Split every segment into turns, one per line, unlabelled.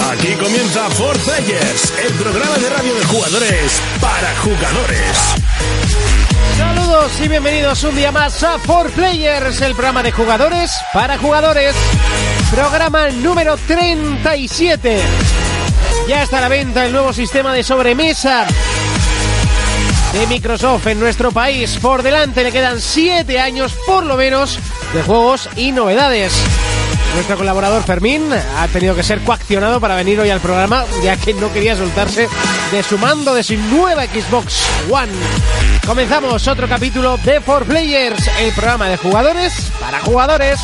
Aquí comienza For Players, el programa de radio de jugadores para jugadores.
Saludos y bienvenidos un día más a 4Players, el programa de jugadores para jugadores. Programa número 37. Ya está a la venta el nuevo sistema de sobremesa de Microsoft en nuestro país. Por delante le quedan 7 años por lo menos de juegos y novedades. Nuestro colaborador Fermín ha tenido que ser coaccionado para venir hoy al programa ya que no quería soltarse de su mando de su nueva Xbox One. Comenzamos otro capítulo de 4 Players, el programa de jugadores para jugadores.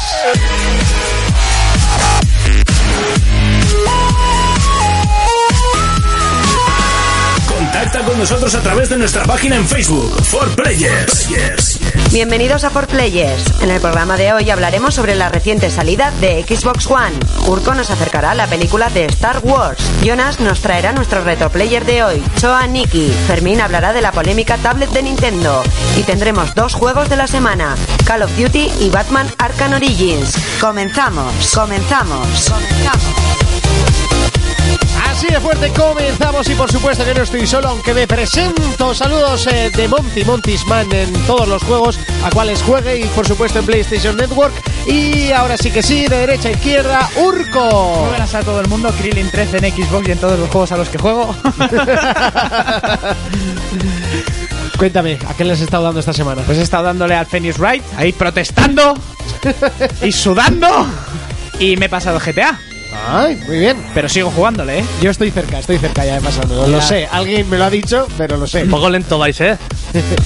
Contacta con nosotros a través de nuestra página en Facebook, For Players.
Bienvenidos a 4Players. En el programa de hoy hablaremos sobre la reciente salida de Xbox One. Urko nos acercará a la película de Star Wars. Jonas nos traerá nuestro retroplayer de hoy, Choa Nikki. Fermín hablará de la polémica tablet de Nintendo. Y tendremos dos juegos de la semana, Call of Duty y Batman Arkham Origins. Comenzamos, comenzamos.
Así de fuerte comenzamos y por supuesto que no estoy solo, aunque me presento. Saludos eh, de Monty Montisman en todos los juegos a cuales juegue y por supuesto en PlayStation Network. Y ahora sí que sí, de derecha a izquierda, Urco.
Muy buenas a todo el mundo, Krillin 13 en Xbox y en todos los juegos a los que juego.
Cuéntame, ¿a qué les he estado dando esta semana?
Pues he estado dándole al Phoenix Wright, ahí protestando y sudando. Y me he pasado GTA,
Ay, muy bien.
pero sigo jugándole, ¿eh?
Yo estoy cerca, estoy cerca ya de pasarlo. Lo
Ya.
sé, alguien me lo ha dicho, pero lo sé.
Un poco lento vais, ¿eh?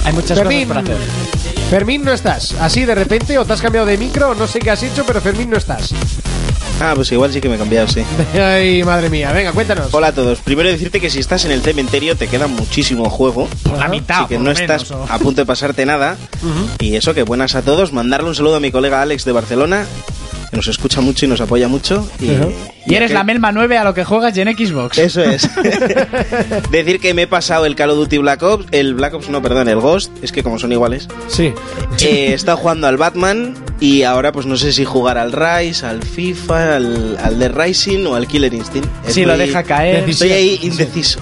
Hay muchas
Fermín.
cosas por hacer.
Fermín, no estás. Así de repente, o te has cambiado de micro, o no sé qué has hecho, pero Fermín no estás.
Ah, pues igual sí que me he cambiado, sí.
Ay, madre mía. Venga, cuéntanos.
Hola a todos. Primero decirte que si estás en el cementerio te queda muchísimo juego.
Por la mitad,
Así que
por
no
lo menos,
estás
o-
a punto de pasarte nada. Y eso, que buenas a todos. Mandarle un saludo a mi colega Alex de Barcelona, que nos escucha mucho y nos apoya mucho. Y,
Y eres
que-
la Melma 9 a lo que juegas y en Xbox.
Eso es. Decir que me he pasado el Call of Duty Black Ops, el Black Ops no, perdón, el Ghost, es que como son iguales.
Sí.
Eh, he estado jugando al Batman y ahora pues no sé si jugar al Rise, al FIFA, al, al The Rising o al Killer Instinct.
Si lo deja caer.
Estoy ahí indeciso.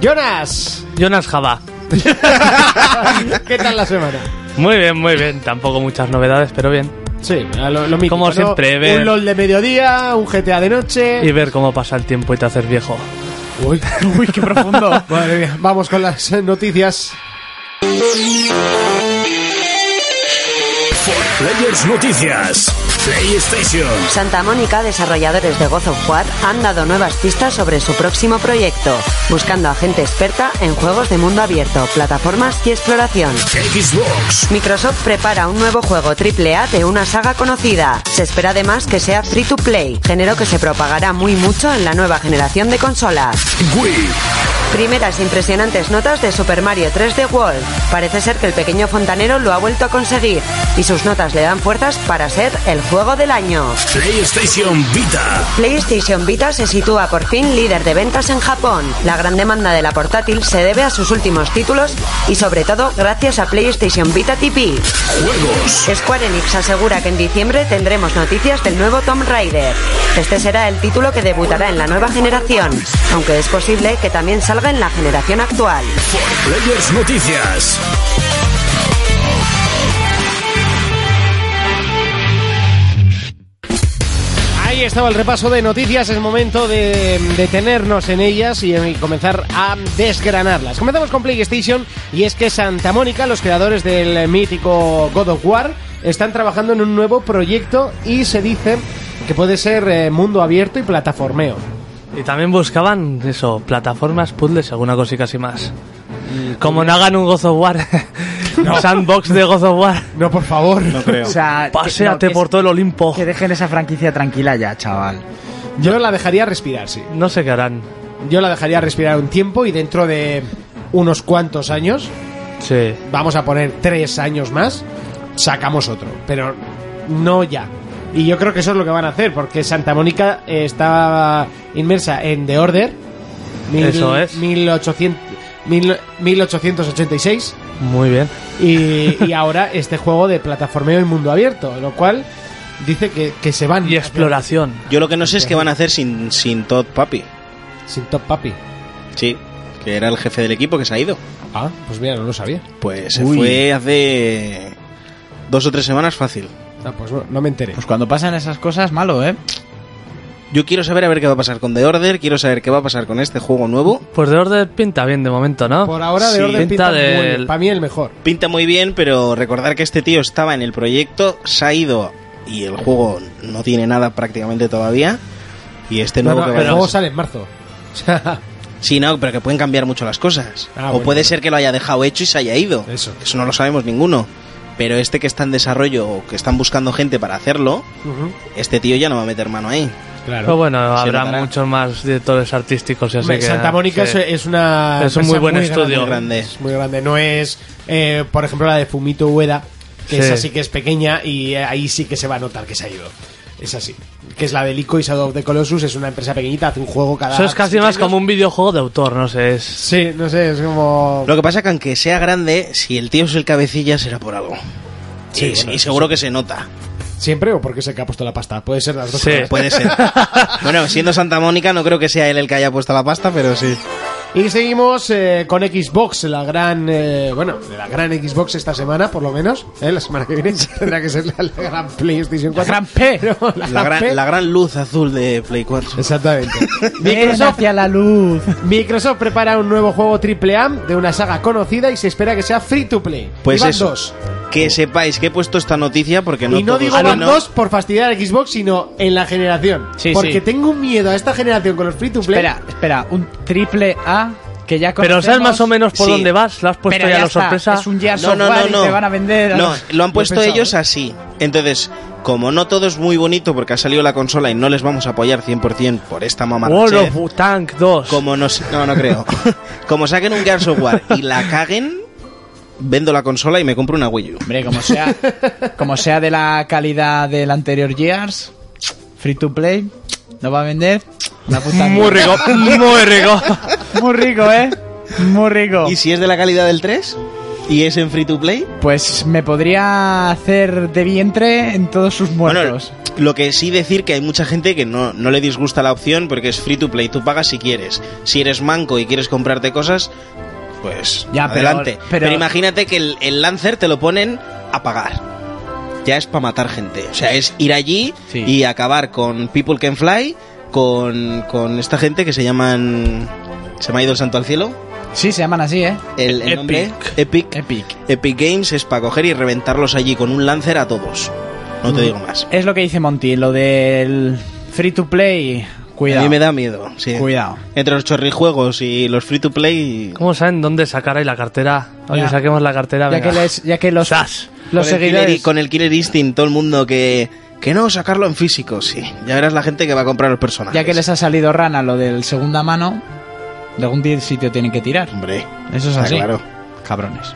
Jonas,
Jonas Java.
¿qué tal la semana?
Muy bien, muy bien. Tampoco muchas novedades, pero bien.
Sí, lo, lo mismo.
Como siempre, ver-
Un LOL de mediodía, un GTA de noche.
Y ver cómo pasa el tiempo y te haces viejo.
Uy,
Uy, qué profundo.
madre mía. Vamos con las eh, noticias.
Players Noticias, PlayStation,
Santa Mónica, desarrolladores de God of War, han dado nuevas pistas sobre su próximo proyecto, buscando a gente experta en juegos de mundo abierto, plataformas y exploración.
Xbox,
Microsoft prepara un nuevo juego AAA de una saga conocida. Se espera además que sea free to play, género que se propagará muy mucho en la nueva generación de consolas.
Wii,
Primeras impresionantes notas de Super Mario 3D World. Parece ser que el pequeño fontanero lo ha vuelto a conseguir y sus notas le dan fuerzas para ser el juego del año.
PlayStation Vita,
PlayStation Vita se sitúa por fin líder de ventas en Japón. La gran demanda de la portátil se debe a sus últimos títulos y sobre todo gracias a PlayStation Vita TP.
juegos,
Square Enix asegura que en diciembre tendremos noticias del nuevo Tomb Raider. Este será el título que debutará en la nueva generación, aunque es posible que también salga en la generación actual.
Players Noticias,
Ahí estaba el repaso de noticias. Es momento de detenernos en ellas y, y comenzar a desgranarlas. Comenzamos con PlayStation y es que Santa Mónica, los creadores del mítico God of War, están trabajando en un nuevo proyecto y se dice que puede ser eh, mundo abierto y plataformeo.
Y también buscaban eso, plataformas, puzzles, alguna cosita así más. Como no hagan un God of War, un sandbox de God of War,
No, por favor. No creo.
O sea,
paséate
que- no, que-
por todo el Olimpo.
Que dejen esa franquicia tranquila ya, chaval.
Yo la dejaría respirar, sí.
No sé qué harán.
Yo la dejaría respirar un tiempo y dentro de unos cuantos años,
Sí.
vamos a poner tres años más, sacamos otro. Pero no ya. Y yo creo que eso es lo que van a hacer, porque Santa Mónica eh, está inmersa en The Order.
Eso es.
1800, mil- 1886.
Muy bien.
Y, y ahora este juego de plataformeo y mundo abierto, lo cual Dice que, que se van.
Y exploración.
Yo lo que no sé es qué van a hacer sin, sin Todd Papi.
Sin Top Papi.
Sí, que era el jefe del equipo que se ha ido.
Ah, pues mira, no lo sabía.
Pues se
Uy.
fue hace dos o tres semanas fácil.
Ah, pues bueno, no me enteré.
Pues cuando pasan esas cosas, malo, ¿eh?
Yo quiero saber a ver qué va a pasar con The Order, quiero saber qué va a pasar con este juego nuevo.
Pues de orden pinta bien de momento, ¿no?
Por ahora, de
Sí.
orden pinta,
Pinta del-
Para mí el mejor.
Pinta muy bien, pero recordar que este tío estaba en el proyecto, se ha ido y el juego no tiene nada prácticamente todavía. Y este nuevo
No, no,
que va a
el juego
lanzar-
sale en marzo. O sea,
Sí, no, pero que pueden cambiar mucho las cosas.
Ah,
o
bueno,
puede
bueno.
ser que lo haya dejado hecho y se haya ido.
Eso.
no lo sabemos ninguno. Pero este que está en desarrollo o que están buscando gente para hacerlo,
ujú,
este tío ya no va a meter mano ahí.
Pero
claro.
bueno,
Se
habrá
notará.
muchos más directores artísticos. y así
Hombre,
que,
Santa Mónica
sí.
es- eh, es una.
Es
empresa
un muy buen estudio.
grande,
Grande.
Es muy grande. No es, eh, por ejemplo, la de Fumito Ueda, que
Sí.
esa sí que es pequeña y eh, ahí sí que se va a notar que se ha ido. Es así. Que es la de Lico y Shadow of the Colossus, es una empresa pequeñita, hace un juego cada.
Eso es casi
seis
más
años.
como un videojuego de autor, no sé. Es...
Sí, no sé, es como.
Lo que pasa que aunque sea grande, si el tío es el cabecilla será por algo.
Sí,
Sí,
bueno,
y
eso
seguro que se nota.
Siempre o porque es el que ha puesto la pasta. Puede ser las dos
Sí.
cosas.
Puede ser. bueno, siendo Santa Mónica, no creo que sea él el que haya puesto la pasta, pero sí.
Y seguimos eh, con Xbox, la gran, eh, bueno, la gran Xbox esta semana, por lo menos. ¿eh? La semana que viene tendrá que ser la, la gran PlayStation 4.
gran P.
Pero la,
La
P.
gran, la gran luz azul de Play 4.
Exactamente. Microsoft,
hacia la luz.
Microsoft prepara un nuevo juego AAA de una saga conocida y se espera que sea free to play.
Pues
Y van
eso.
dos.
Que sepáis que he puesto esta noticia porque no
y no
todos-
digo
Ah,
van
no.
dos por fastidiar a Xbox, sino en la generación.
Sí,
Porque
sí.
tengo un miedo a esta generación con los free to play.
Espera, espera, un triple A que ya
Pero
conocemos.
sabes más o menos por
Sí.
dónde vas, lo has puesto
Pero
ya, a la
está,
sorpresa.
Es un Gears
No,
of
no,
War
no,
y
no.
te van a vender. a
No,
los-
lo han puesto
pensaba,
ellos
¿eh?
así. Entonces, como no todo es muy bonito porque ha salido la consola y no les vamos a apoyar 100% por esta
World
mamarrachez,
of Tank 2.
como nos, no, no creo. como saquen un Gears of War y la caguen, vendo la consola y me compro una Wii U.
Hombre, como sea, como sea de la calidad del anterior Gears, free to play, no va a vender. Una puta
Muy rico, muy rico.
Muy rico, ¿eh? Muy rico.
¿Y si es de la calidad del 3? ¿Y es en free to play?
Pues me podría hacer de vientre en todos sus muertos.
Bueno, lo que sí decir que hay mucha gente que no, no le disgusta la opción porque es free to play, tú pagas si quieres. Si eres manco y quieres comprarte cosas, pues
Ya, pero-
adelante. Pero,
pero-
imagínate que el, el Lancer te lo ponen a pagar. Ya es para matar gente. O sea, es ir allí
Sí.
y acabar con People Can Fly, con, con esta gente que se llaman... ¿Se me ha ido el santo al cielo?
Sí, se llaman así, ¿eh?
El, el nombre Epic.
Epic.
Epic Games es para coger y reventarlos allí con un Lancer a todos. No
Mm.
te digo más.
Es lo que dice Monty, lo del free to play. Cuidado.
A mí me da miedo, sí.
Cuidado.
Entre los chorrijuegos y los free to play.
¿Cómo saben dónde sacar ahí la cartera? Oye,
Ya.
saquemos la cartera,
Ya
venga.
que, les- ya que los,
Sas.
los
con el, killer,
seguidores.
con el Killer Instinct, todo el mundo que. Que no, sacarlo en físico, sí. Ya verás la gente que va a comprar los personajes.
Ya que les ha salido rana lo del segunda mano, de algún di- sitio tienen que tirar.
Hombre.
Eso es
está
así.
claro.
Cabrones.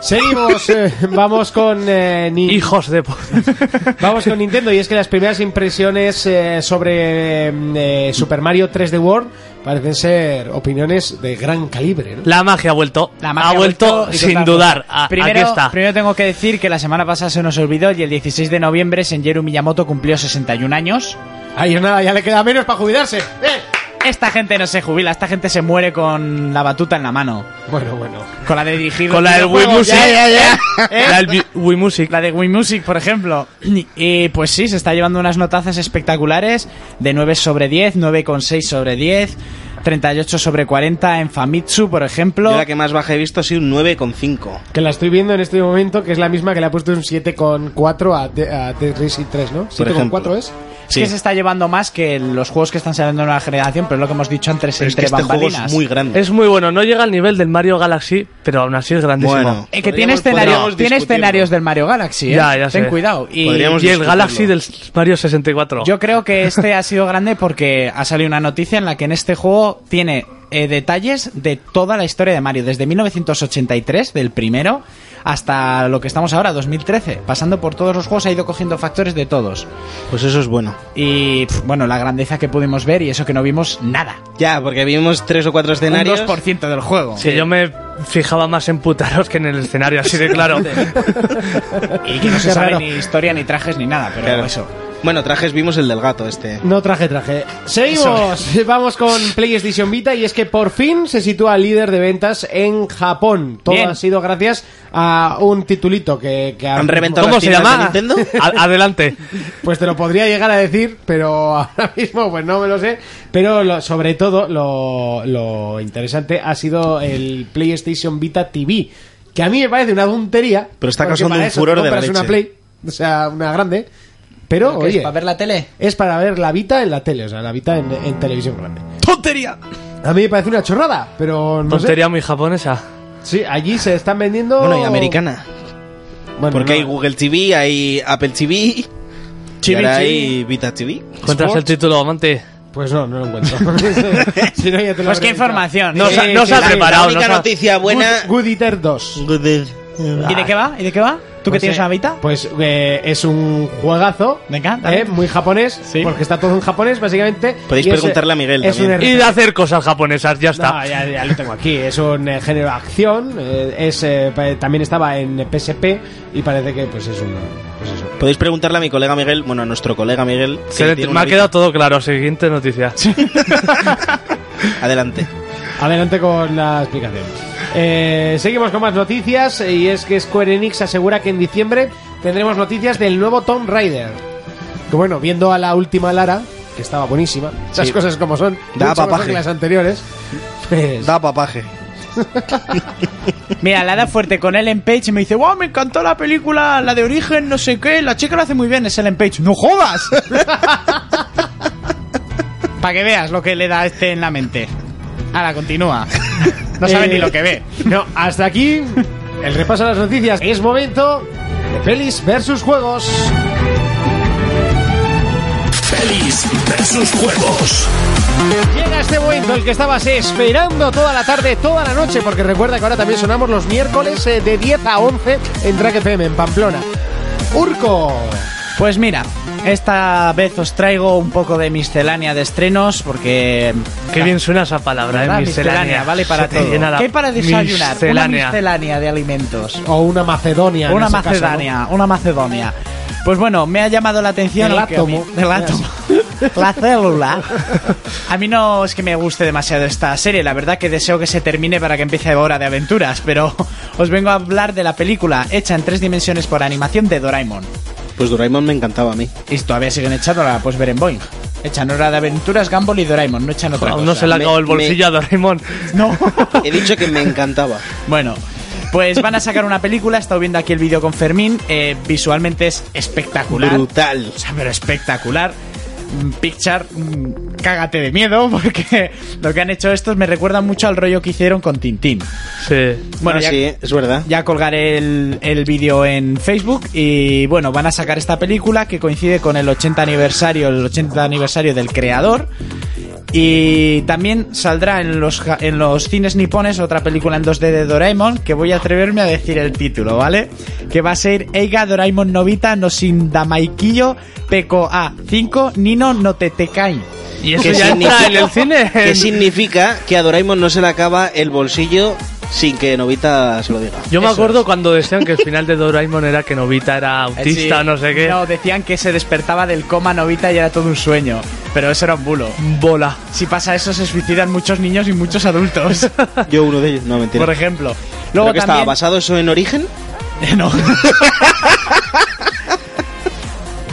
Seguimos, eh, vamos con eh, Nin-
Hijos de... pu-
Vamos con Nintendo y es que las primeras impresiones eh, sobre mm, eh, Super Mario 3D World parecen ser opiniones de gran calibre. ¿no?
La magia ha vuelto.
La magia
ha vuelto,
y
sin
contamos.
dudar. A-
primero,
aquí está.
Primero tengo que decir que la semana pasada se nos olvidó y el 16 de noviembre Senjeru Miyamoto cumplió 61 años.
Ahí es nada, ya le queda menos para jubilarse. ¡Eh!
Esta gente no se jubila, esta gente se muere con la batuta en la mano.
Bueno, bueno.
Con la de dirigir...
Con la del Wii
videojuegos,
Music.
ya, ya, ya.
La del Vi- Wii Music.
¿Eh? La de Wii Music, por ejemplo. Y pues sí, se está llevando unas notazas espectaculares de 9 sobre 10, 9,6 sobre 10, 38 sobre 40 en Famitsu, por ejemplo.
Yo la que más baja he visto ha sido un 9,5.
Que la estoy viendo en este momento, que es la misma que le ha puesto un 7,4 a, de- a Dead Rising 3, ¿no?
Por ejemplo.
7,4 es.
Es este
Sí.
que se está llevando más que los juegos que están saliendo en la generación, pero es lo que hemos dicho antes
Pero es que
entre
este juego es
bambalinas.
muy grande.
Es muy bueno. No llega al nivel del Mario Galaxy, pero aún así es grandísimo.
Bueno.
Eh, que
Podríamos-
tiene, escenario,
podríamos
tiene
discutirlo.
escenarios del Mario Galaxy, ¿eh?
Ya, ya
Ten
sé.
cuidado. Y
Podríamos
Y el Galaxy
discutirlo.
del Mario 64.
Yo creo que este ha sido grande porque ha salido una noticia en la que en este juego tiene eh, detalles de toda la historia de Mario, desde 1983, del primero, hasta lo que estamos ahora, 2013. Pasando por todos los juegos ha ido cogiendo factores de todos.
Pues eso es bueno.
Y pf, bueno, la grandeza que pudimos ver y eso que no vimos nada.
Ya, porque vimos tres o cuatro
Un
escenarios.
2% del juego.
Que yo me fijaba más en putaros que en el escenario, así de claro.
Y que no se
Qué
sabe
raro.
ni historia, ni trajes, ni nada, pero
Claro.
eso.
Bueno, trajes vimos el del gato este.
No traje, traje. Seguimos. Vamos con PlayStation Vita y es que por fin se sitúa líder de ventas en Japón. Todo
Bien.
ha sido gracias a un titulito que, que
Han
ahora mismo-
reventado
¿Cómo
las
se
tiendas de
llama?
Nintendo.
A- adelante.
Pues te lo podría llegar a decir, pero ahora mismo pues no me lo sé. Pero lo- sobre todo lo, lo interesante ha sido el PlayStation Vita TV, que a mí me parece una tontería.
Pero está
porque
causando
para
un
eso
furor
te
de la
compras una
leche.
Play, o sea, una grande. Pero,
¿Qué es,
oye,
¿Para ver la tele?
es para ver la Vita en la tele, o sea, la Vita en, en televisión grande.
¡Tontería!
A mí me parece una chorrada, pero no sé.
Tontería muy japonesa.
Sí, allí se están vendiendo...
Bueno, y americana.
Bueno,
Porque
no.
hay Google TV, hay Apple TV, y
Chibi,
ahora
chibi.
hay Vita TV.
¿Encuentras el título, amante?
Pues no, no lo encuentro. si no, ya te lo
Pues
habré
qué información.
No
¿Y-
se- no se ha preparado,
La única
no se ha-
noticia buena.
Good, Good Eater 2.
¿Y de qué va? ¿Y de qué va? ¿Tú que
Pues,
tienes
eh,
una Vita?
Pues eh, es un juegazo.
Me encanta.
eh, muy japonés.
Sí.
Porque está todo en japonés, básicamente.
Podéis
Y es,
preguntarle a Miguel
Es un
también.
RPG.
Y de hacer cosas japonesas, ya está.
No, ya, ya lo tengo aquí. Es un eh, género de acción. eh, es, eh, pa- también estaba en PSP. Y parece que pues es un. Pues eso.
Podéis preguntarle a mi colega Miguel, bueno, a nuestro colega Miguel. que
Excelente,
tiene
Me
una
ha
Vita.
quedado todo claro. Siguiente noticia.
Adelante.
Adelante con la explicación. Eh, seguimos con más noticias. Y es que Square Enix asegura que en diciembre tendremos noticias del nuevo Tomb Raider. Que bueno, viendo a la última Lara, que estaba buenísima. Esas
Sí.
cosas como son. mucho
Da
mejor
papaje.
que las anteriores. pues-
Da papaje.
Mira, la da fuerte con Ellen Page y me dice, wow, me encantó la película, la de origen, no sé qué, la chica lo hace muy bien, es Ellen Page. ¡No jodas! Para que veas lo que le da a este en la mente. Ahora, continúa. No sabe
Eh,
ni lo que ve.
No, hasta aquí el repaso de las noticias. Es momento de pelis versus juegos.
Pelis versus juegos.
Llega este momento el que estabas esperando toda la tarde, toda la noche, porque recuerda que ahora también sonamos los miércoles eh, de 10 a 11 en Track FM en Pamplona. Urco.
Pues mira, esta vez os traigo un poco de miscelánea de estrenos porque... Ah,
Qué bien suena esa palabra,
¿verdad?
¿eh?
Miscelánea, vale para
Se te
todo.
llena la-
¿Qué hay para desayunar?
Miscelánea.
Una miscelánea de alimentos.
O una Macedonia. en
Una
ese caso,
Macedonia, una Macedonia. Pues bueno, me ha llamado la atención
El
aunque a mí-
átomo.
el átomo. la célula. A mí no es que me guste demasiado esta serie, la verdad que deseo que se termine para que empiece Hora de Aventuras, pero os vengo a hablar de la película hecha en tres dimensiones por animación de Doraemon.
Pues Doraemon me encantaba a mí.
Y todavía siguen echándola, pues ver en Boeing. Echan Hora de Aventuras, Gumball y Doraemon, no echan otra
Aún
cosa.
no se le ha
Me-
acabado el
me-
bolsillo a Doraemon.
No.
He dicho que me encantaba.
Bueno, pues van a sacar una película, he estado viendo aquí el vídeo con Fermín, eh, visualmente es espectacular.
Brutal.
O sea, pero espectacular. Mm, Pixar, mm, cágate de miedo, porque lo que han hecho estos me recuerda mucho al rollo que hicieron con Tintín.
Sí.
Bueno,
Ah,
ya,
sí, es verdad.
ya colgaré el, el vídeo en Facebook y bueno, van a sacar esta película que coincide con el 80 aniversario, el 80 aniversario del creador. Y también saldrá en los, ja- en los cines nipones otra película en 2D de Doraemon, que voy a atreverme a decir el título, ¿vale? Que va a ser Eiga Doraemon Novita no Sindamaikiyo Peko A5 Nino no Tetekai.
Y eso
¿Qué
ya entra
significa?
en el cine.
Que significa que a Doraemon no se le acaba el bolsillo sin que Novita se lo diga.
Yo me
Eso
acuerdo
es. Eh,
cuando decían que el final de Doraemon era que Novita era autista,
Sí.
no sé qué.
No, decían que se despertaba del coma Novita y era todo un sueño, pero eso era un bulo.
Bola.
Si pasa eso, se suicidan muchos niños y muchos adultos.
Yo uno de ellos. No, mentira.
por ejemplo.
Luego
Luego
que estaba
también...
basado eso en origen?
No.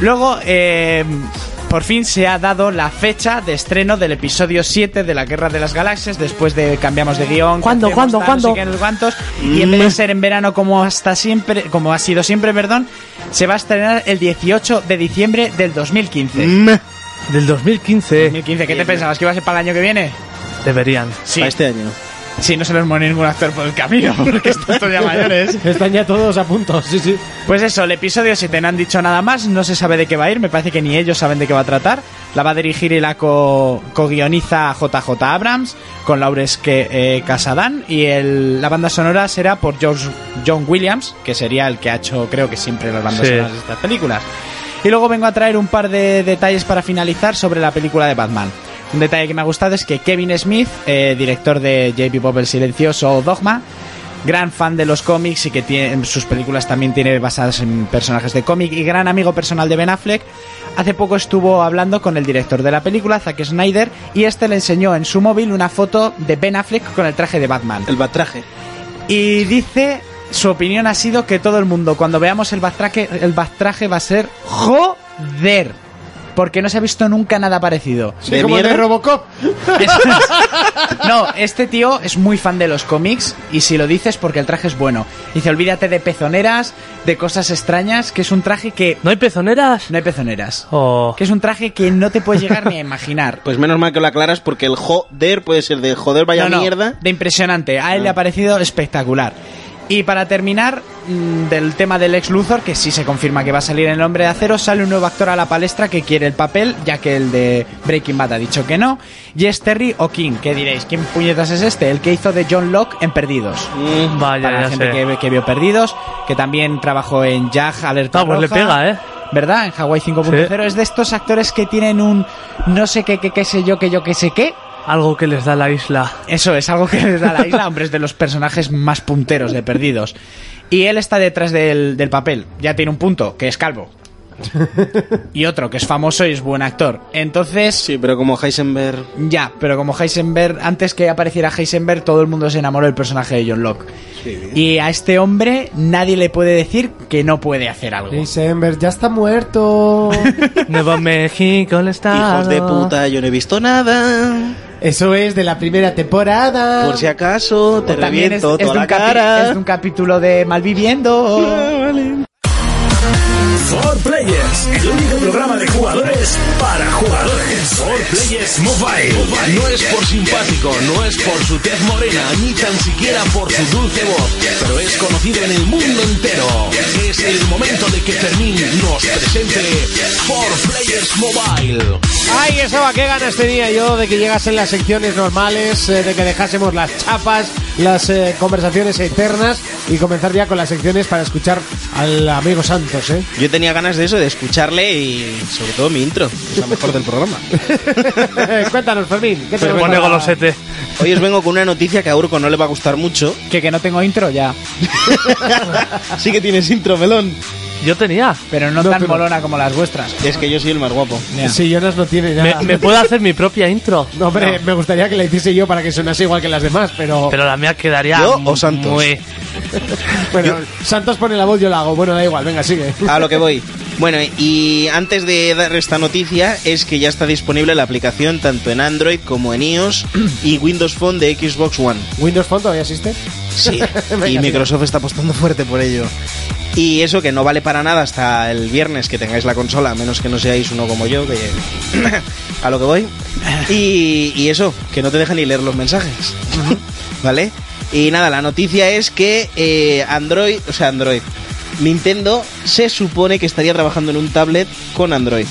Luego, eh, por fin se ha dado la fecha de estreno del episodio 7 de la Guerra de las Galaxias, después de cambiamos de guión.
¿Cuándo,
cambiamos
cuándo,
tal, no
cuándo? Mm.
sé qué, no sé cuántos, y en vez de ser en verano como hasta siempre, como ha sido siempre, perdón, se va a estrenar el 18 de diciembre del 2015.
Mm.
Mm.
Del 2015
2015, ¿qué te pensabas? ¿Que iba a ser para el año que viene?
deberían.
Sí.
Para este año.
Si no se nos muere ningún actor por el camino, porque están todos ya mayores.
Están ya todos a punto. Sí, sí.
Pues eso, el episodio 7 no han dicho nada más, no se sabe de qué va a ir, me parece que ni ellos saben de qué va a tratar. La va a dirigir y la co- co-guioniza JJ Abrams con Laures que, eh, Casadán y el- la banda sonora será por George- John Williams, que sería el que ha hecho creo que siempre las bandas
Sí.
sonoras de estas películas. Y luego vengo a traer un par de detalles para finalizar sobre la película de Batman. Un detalle que me ha gustado es que Kevin Smith, eh, director de J.B. Bob el Silencioso o Dogma, gran fan de los cómics y que tiene, sus películas también tiene basadas en personajes de cómic y gran amigo personal de Ben Affleck. Hace poco estuvo hablando con el director de la película, Zack Snyder, y este le enseñó en su móvil una foto de Ben Affleck con el traje de Batman.
El batraje.
Y dice, su opinión ha sido que todo el mundo, cuando veamos el batraje, el batraje va a ser joder. Porque no se ha visto nunca nada parecido.
Sí, como el de Robocop.
Eso es. No, este tío es muy fan de los cómics y si lo dices porque el traje es bueno. Dice, olvídate de pezoneras, de cosas extrañas, que es un traje que...
¿No hay pezoneras?
No hay pezoneras.
Oh.
Que es un traje que no te puedes llegar ni a imaginar.
Pues menos mal que lo aclaras porque el joder puede ser de joder vaya
No, no,
mierda. Ah.
De impresionante. A él le ha parecido espectacular. Y para terminar mm, del tema del ex Luthor, que sí se confirma que va a salir en El Hombre de Acero, sale un nuevo actor a la palestra que quiere el papel, ya que el de Breaking Bad ha dicho que no, y es Terry O'King, que diréis, ¿quién puñetas es este? El que hizo de John Locke en Perdidos.
Mm.
Vaya,
para la
ya
gente
sé.
que, que vio Perdidos, que también trabajó en Jag, Alerta
Ah, pues le
Roja,
pega, ¿eh?
¿Verdad? En Hawaii 5.0 es de estos actores que tienen un no sé qué, qué, qué sé yo, que yo, qué sé qué,
Algo que les da la isla.
eso es algo que les da la isla, hombre, es de los personajes más punteros de Perdidos. Y él está detrás del, del papel. Ya tiene un punto, que es calvo. Y otro, que es famoso y es buen actor. Entonces,
Sí, pero como Heisenberg.
ya, pero como Heisenberg, antes que apareciera Heisenberg, todo el mundo se enamoró del personaje de John Locke. Y a este hombre nadie le puede decir que no puede hacer algo.
December ya está muerto.
Nuevo México, el estado.
Hijos de puta, yo no he visto nada.
Eso es de la primera temporada.
Por si acaso, te
También es,
reviento
es de
toda
un
la
capi- es
cara. Ah,
de un capítulo de Malviviendo.
For Players, el único programa de jugadores para jugadores. For Players Mobile.
No es por simpático, no es por su tez morena, ni tan siquiera por su dulce voz, pero es conocido en el mundo entero. Es el momento de que Fermín nos presente For Players Mobile.
Ay, estaba, qué ganas tenía yo de que llegasen las secciones normales, eh, de que dejásemos las chapas, las eh, conversaciones eternas y comenzar ya con las secciones para escuchar al amigo Santos, ¿eh?
Yo tenía ganas de eso, de escucharle y sobre todo mi intro, que es la mejor del programa.
Cuéntanos, Fermín, ¿qué
Se
tenemos
pone
para-
golosete.
Hoy os vengo con una noticia que a Urco no le va a gustar mucho.
Que, que no tengo intro ya.
Sí que tienes intro, melón.
Yo tenía.
Pero no,
No,
tan
pero-
molona como las vuestras.
Es que yo soy el más guapo.
Ya.
Sí, Jonas no tiene
Me,
nada.
me puedo hacer mi propia intro.
No, hombre, me gustaría que la hiciese yo para que sonase igual que las demás, pero,
Pero la mía quedaría.
¿Yo o Santos?
Muy...
bueno, Santos pone la voz, yo la hago. Bueno, da igual, venga, sigue.
A lo que voy. Bueno, y antes de dar esta noticia es que ya está disponible la aplicación tanto en Android como en iOS y Windows Phone de Xbox One.
¿Windows Phone todavía existe?
Sí, y
Venga,
Microsoft está apostando fuerte por ello. Y eso que no vale para nada hasta el viernes que tengáis la consola, a menos que no seáis uno como yo, que a lo que voy. Y, y eso, que no te deja ni leer los mensajes. ¿Vale? Y nada, la noticia es que eh, Android, o sea, Android, Nintendo se supone que estaría trabajando en un tablet con Android.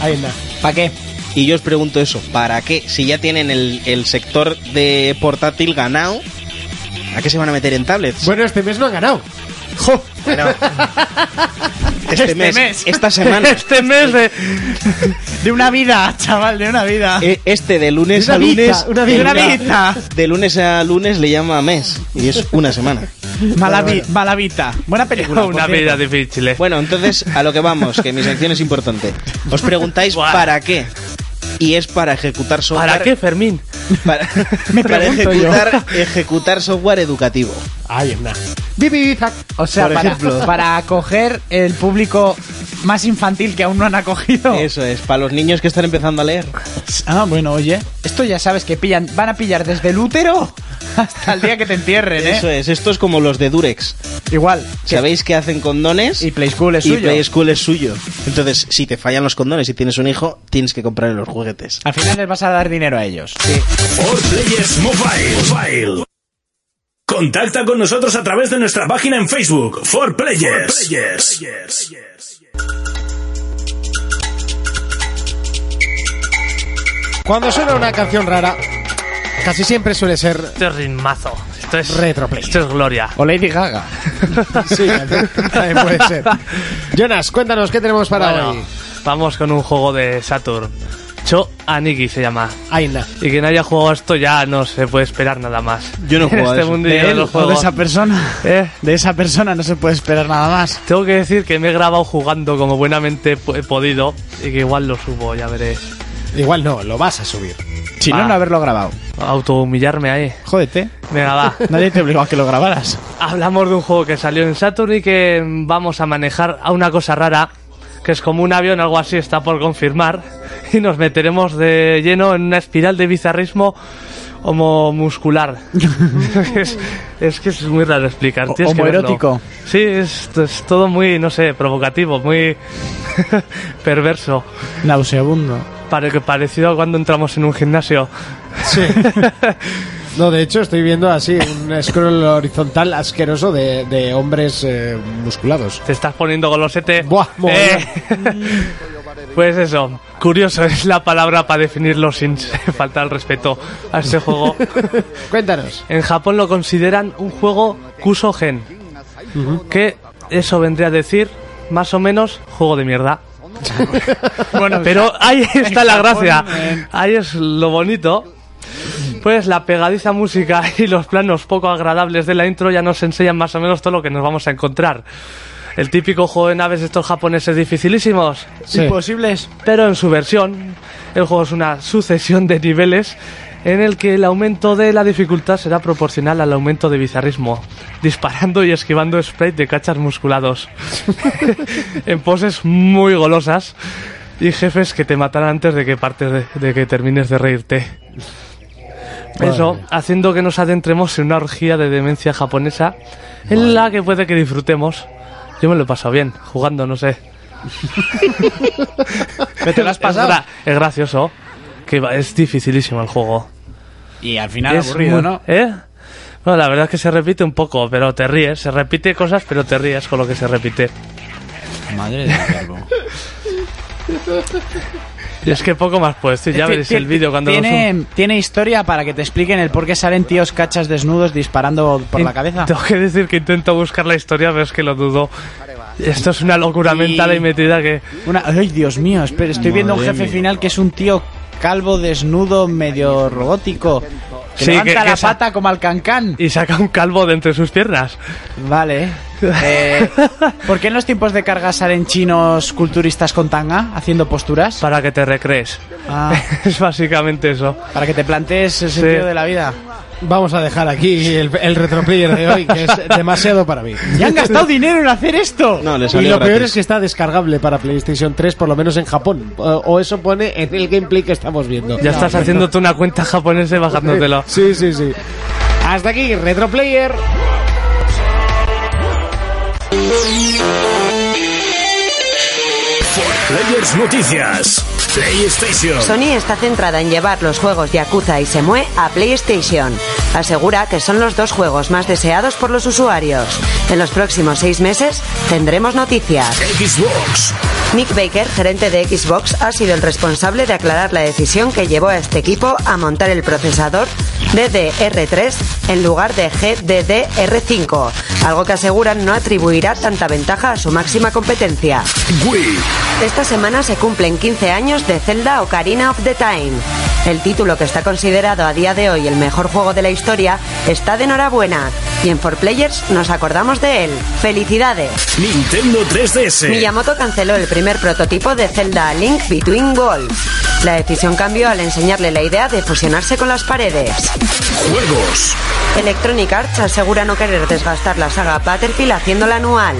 Ahí anda.
¿Para qué?
Y yo os pregunto eso, ¿para qué? Si ya tienen el, el sector de portátil ganado, ¿a qué se van a meter en tablets?
Bueno, este mes no han ganado. ¡Jo!
Este, mes, esta semana,
Este mes de.
De una vida, chaval, de una vida.
e- este de lunes
Una
a
vida,
lunes,
una
vida.
de-
Una vida.
de lunes a lunes le llama mes y es una semana.
Malavi- Malavita. Buena película. por
Una
cierto.
vida difícil. eh.
Bueno, entonces a lo que vamos, que mi sección es importante. Os preguntáis
Buah.
para qué y es para ejecutar software.
¿Para qué, Fermín?
Para,
Me
para
pregunto yo.
ejecutar, ejecutar software educativo.
Ahí anda. Bibi, zac.
O sea,
por
para,
ejemplo.
para acoger el público más infantil que aún no han acogido.
Eso es, para los niños que están empezando a leer.
Ah, bueno, oye. Esto ya sabes que pillan, van a pillar desde el útero hasta el día que te entierren, ¿eh?
Eso es, esto es como los de Durex.
Igual. que-
¿Sabéis que hacen condones?
Y Play School es
y
suyo.
Play School es suyo. Entonces, si te fallan los condones y tienes un hijo, tienes que comprarle los juguetes.
Al final les vas a dar dinero a ellos.
For Players Mobile. Mobile. Contacta con nosotros a través de nuestra página en Facebook, For Players. Players.
Cuando suena una canción rara, casi siempre suele ser.
Esto es ritmazo. Esto es.
Retroplay.
Esto es gloria.
O Lady Gaga.
Sí, también puede ser. Jonas, cuéntanos qué tenemos para
Bueno,
hoy.
vamos con un juego de Saturn. Cho Aniki se llama.
Aina.
Y quien haya jugado esto ya no se puede esperar nada más.
Yo no he
En
jugado a
este
eso.
mundillo
De
de
él
los
o de
juegos.
esa persona.
Eh,
De esa persona no se puede esperar nada más.
tengo que decir que me he grabado jugando como buenamente he podido y que igual lo subo, ya veré.
Igual no, lo vas a subir.
Si no,
Ah.
no haberlo grabado.
Autohumillarme ahí.
Jódete.
Venga, va.
Nadie te obligó a que lo grabaras.
Hablamos de un juego que salió en Saturn y que mm, vamos a manejar a una cosa rara, que es como un avión, algo así, está por confirmar, y nos meteremos de lleno en una espiral de bizarrismo homomuscular. es, es que es muy raro explicar.
O-
tienes que verlo.
homoerótico.
Sí, es, es todo muy, no sé, provocativo, muy perverso.
Nauseabundo.
Pare- parecido a cuando entramos en un gimnasio.
No, de hecho, estoy viendo así un scroll horizontal asqueroso de, de hombres eh, musculados.
Te estás poniendo golosete.
Buah, mogollón.
Eh, Pues eso, curioso es la palabra para definirlo sin faltar al respeto a este juego.
Cuéntanos.
En Japón lo consideran un juego kusogen, que eso vendría a decir más o menos juego de mierda.
Bueno,
Pero ahí está la
Japón,
gracia,
eh.
ahí es lo bonito. Pues la pegadiza música y los planos poco agradables de la intro ya nos enseñan más o menos todo lo que nos vamos a encontrar. El típico juego de naves de estos japoneses dificilísimos,
imposibles.
pero en su versión, el juego es una sucesión de niveles en el que el aumento de la dificultad será proporcional al aumento de bizarrismo, disparando y esquivando sprites de cachas musculados, en poses muy golosas y jefes que te matarán antes de que partes de, de que termines de reírte. Eso, haciendo que nos adentremos en una orgía de demencia japonesa en la que puede que disfrutemos. Yo me lo he pasado bien, jugando, no sé.
Pero te lo has pasado.
Es, gra- es gracioso. Que va- es dificilísimo el juego.
Y al final
es
aburrido,
muy-
¿no?
¿Eh? Bueno, la verdad es que se repite un poco, pero te ríes. Se repite cosas, pero te ríes con lo que se repite.
Madre del verbo.
Y es que poco más puedes decir. Ya
Ti-
veréis
ti-
el vídeo cuando lo
tiene, tiene historia para que te expliquen el por qué salen tíos cachas desnudos disparando por la
In-
cabeza.
Tengo que decir que intento buscar la historia, pero es que lo dudo. Esto es una locura
Y-
mental y metida que...
Una, ay, Dios mío, espera, estoy viendo un jefe final que es un tío calvo, desnudo, medio robótico. Que
Sí,
levanta
que- que
la
esa-
pata como al cancán.
Y saca un calvo de entre sus piernas.
Vale. Eh, ¿Por qué en los tiempos de carga salen chinos culturistas con tanga haciendo posturas?
Para que te recrees.
Ah,
es básicamente eso.
para que te plantees el sentido
Sí.
de la vida.
Vamos a dejar aquí el, el retroplayer de hoy, que es demasiado para mí.
¡Ya han gastado dinero en hacer esto!
No, le
Y
salió
lo
gratis.
peor es que está descargable para PlayStation 3, por lo menos en Japón. O, o eso pone en el gameplay que estamos viendo.
Ya estás haciéndote una cuenta japonesa y bajándotelo.
Sí, sí, sí. Hasta aquí, retroplayer.
Players Noticias. PlayStation.
Sony está centrada en llevar los juegos Yakuza y Semue a PlayStation. Asegura que son los dos juegos más deseados por los usuarios. En los próximos seis meses tendremos noticias.
Xbox.
Nick Baker, gerente de Xbox, ha sido el responsable de aclarar la decisión que llevó a este equipo a montar el procesador DDR3 en lugar de GDDR5, algo que aseguran no atribuirá tanta ventaja a su máxima competencia.
Wii.
Esta semana se cumplen 15 años de Zelda Ocarina of the Time. El título que está considerado a día de hoy el mejor juego de la historia está de enhorabuena y en 4Players nos acordamos de él. ¡Felicidades!
Nintendo 3DS.
Miyamoto canceló el primer prototipo de Zelda a Link Between Worlds. La decisión cambió al enseñarle la idea de fusionarse con las paredes.
Juegos.
Electronic Arts asegura no querer desgastar la saga Battlefield haciéndola anual.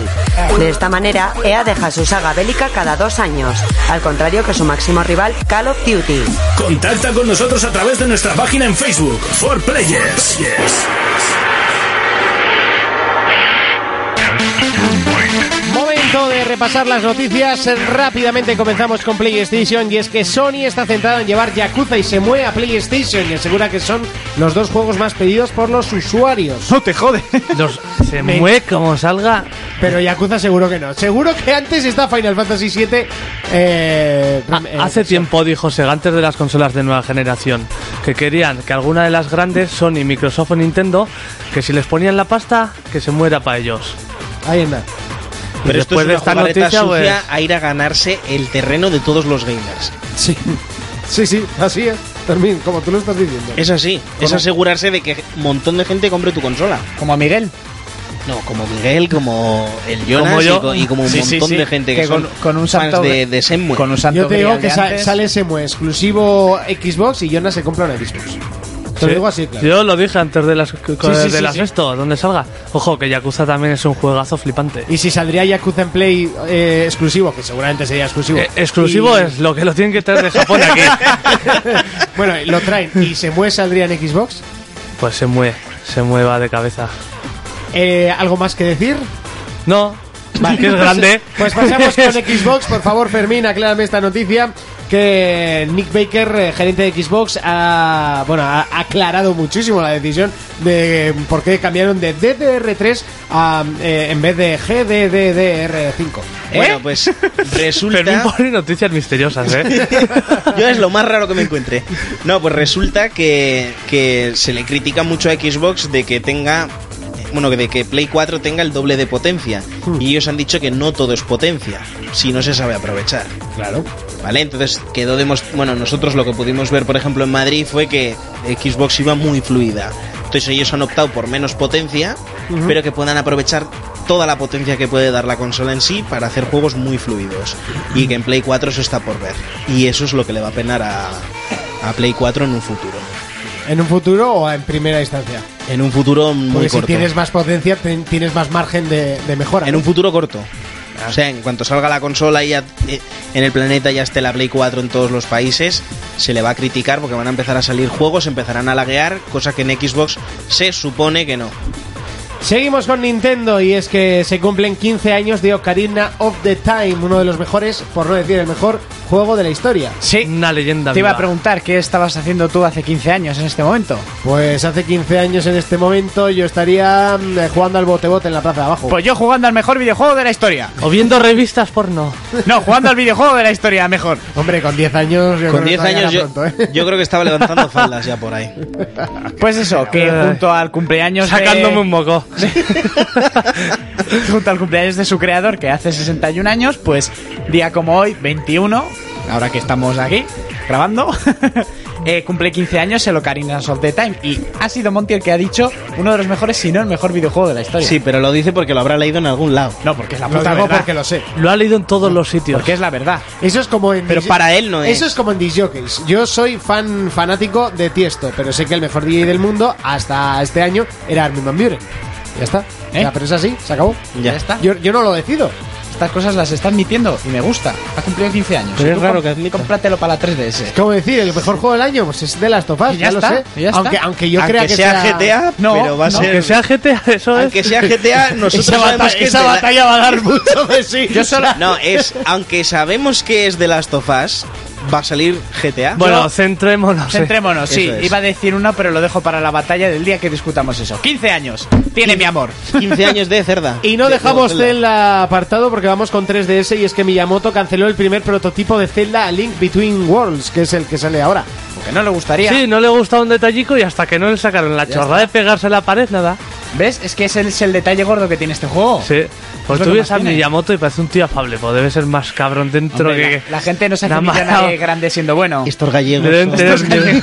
De esta manera, EA deja su saga bélica cada dos años, al contrario que su máximo rival Call of Duty.
Contacta con nosotros a través de nuestra página en Facebook, For Players.
Momento de repasar las noticias. Rápidamente comenzamos con PlayStation y es que Sony está centrada en llevar Yakuza y se mueve a PlayStation y asegura que son los dos juegos más pedidos por los usuarios.
¡No te jode!
Los- se
Me-
mue como salga.
Pero Yakuza seguro que no. Seguro que antes está Final Fantasy VII. eh,
Ah,
rem- eh,
Hace tiempo dijo Sega, antes de las consolas de nueva generación, que querían que alguna de las grandes, Sony, Microsoft o Nintendo, que si les ponían la pasta, que se muera para ellos.
Ahí anda.
Y
Pero esto
después
es
pues,
de esta
una jugarreta
noticia,
sucia
pues-
a ir a ganarse el terreno de todos los gamers.
Sí.
Sí, sí, así es. Fermín, como tú lo estás diciendo.
Es así, es
Bueno.
asegurarse de que un montón de gente compre tu consola.
Como Miguel.
No, como Miguel, como el Jonas
Como yo.
y, co- y como un
Sí, sí,
montón
sí,
de gente
que
que,
con-
son
con un
fans
santo-
de, de Shenmue.
Con un santo
Yo te digo
grial
que
de
sa-
antes.
sale Semue exclusivo Xbox y Jonas se compra una Xbox. Te lo
Sí.
digo así, claro.
Yo lo dije antes de las,
sí,
de
sí,
las
sí.
esto, donde salga. Ojo, que Yakuza también es un juegazo flipante.
Y si saldría Yakuza en Play eh, exclusivo, que seguramente sería exclusivo.
Eh, exclusivo
y-
es lo que lo tienen que traer de Japón aquí.
Bueno, y lo traen. ¿Y Semue saldría en Xbox?
Pues se mueve, se mueva de cabeza.
Eh, ¿Algo más que decir?
No, que es grande.
Pues pasamos con Xbox, por favor, Fermín, aclárame esta noticia que Nick Baker, eh, gerente de Xbox, ha, bueno, ha aclarado muchísimo la decisión de por qué cambiaron de DDR3 a, eh, en vez de GDDR5. ¿Eh?
Bueno, pues
Fermín
resulta...
pone noticias misteriosas, ¿eh?
Yo es lo más raro que me encuentre. No, pues resulta que, que se le critica mucho a Xbox de que tenga... Bueno, de que Play 4 tenga el doble de potencia. Y ellos han dicho que no todo es potencia, si no se sabe aprovechar.
Claro.
¿Vale? Entonces quedó demos- Bueno, nosotros lo que pudimos ver, por ejemplo, en Madrid fue que Xbox iba muy fluida. Entonces ellos han optado por menos potencia, pero que puedan aprovechar toda la potencia que puede dar la consola en sí para hacer juegos muy fluidos. Y que en Play 4 eso está por ver. Y eso es lo que le va a penar a, a Play 4 en un futuro.
¿En un futuro o en primera instancia?
En un futuro pues- muy
Porque si
corto.
tienes más potencia, ten- tienes más margen de, de mejora.
En
¿no?
un futuro corto. O sea, en cuanto salga la consola y ya, eh, en el planeta ya esté la Play 4 en todos los países, se le va a criticar porque van a empezar a salir juegos, empezarán a laguear, cosa que en Xbox se supone que no.
Seguimos con Nintendo y es que se cumplen 15 años de Ocarina of the Time, uno de los mejores, por no decir el mejor, juego de la historia.
Sí.
Una leyenda
Te iba a
viva.
preguntar qué estabas haciendo tú hace 15 años en este momento.
Pues hace 15 años en este momento yo estaría mm, eh, jugando al bote-bote en la plaza de abajo.
Pues yo jugando al mejor videojuego de la historia.
O viendo revistas porno.
No, jugando al videojuego de la historia mejor.
Hombre, con 10 años yo creo
Con
que
10
todavía
años
era
yo,
pronto, ¿eh?
yo creo que estaba levantando faldas ya por ahí.
Pues eso, que junto al cumpleaños de-
Sacándome un moco.
junto al cumpleaños de su creador que hace 61 años, pues día como hoy, 21, ahora que estamos aquí grabando, eh, cumple 15 años el Ocarina of the Time y ha sido Monty el que ha dicho uno de los mejores, si no el mejor videojuego de la historia.
Sí, pero lo dice porque lo habrá leído en algún lado.
No, porque es la
Lo
puta
digo
verdad.
porque lo sé.
Lo ha leído en todos los sitios.
Porque es la verdad.
Eso es como en
Pero
dis-
para él no es.
Eso es como en disjockeys. Yo soy fan fanático de Tiesto, pero sé que el mejor DJ del mundo hasta este año era Armin van Buren. Ya está.
¿Eh?
Ya, pero es así, se acabó.
Ya, está.
Yo, yo no lo decido.
Estas cosas las está admitiendo y me gusta. Ha cumplido 15 años.
Pero es
Tú
raro
com-
que admita.
Cómpratelo para la 3DS.
Como decir, el mejor juego del año pues es de las tofas,
Y ya
ya, lo
está,
sé.
y ya está.
Aunque, aunque yo
aunque
crea que
sea, GTA,
No,
pero va a
no.
ser...
Que sea GTA, eso es.
Aunque sea GTA, nosotros
Esa,
sabemos
bata-
que es
esa
de la-
batalla va a dar mucho de sí.
Yo solo...
No, es... Aunque sabemos que es de las tofás, va a salir GTA.
Bueno, centrémonos. eh.
Centrémonos, sí.
Eso es.
Iba a decir uno, pero lo dejo para la batalla del día que discutamos eso. 15 años. Tiene mi amor.
15 años de cerda.
Y no
De-
dejamos
de Zelda.
Zelda apartado porque vamos con 3DS y es que Miyamoto canceló el primer prototipo de Zelda A Link Between Worlds, que es el que sale ahora.
Porque no le gustaría.
Sí, no le gusta un detallico y hasta que no le sacaron la chorrada de pegarse a la pared, nada.
¿Ves? Es que ese es el detalle gordo que tiene este juego.
Sí. Pues
lo
tú
que
ves
más
a
tiene.
Miyamoto y parece un tío afable, pues debe ser más cabrón dentro
Hombre,
que.
la, la gente no se hace
Nada más.
millonaria grande siendo bueno.
Estos gallegos.
Deben
son-
tener-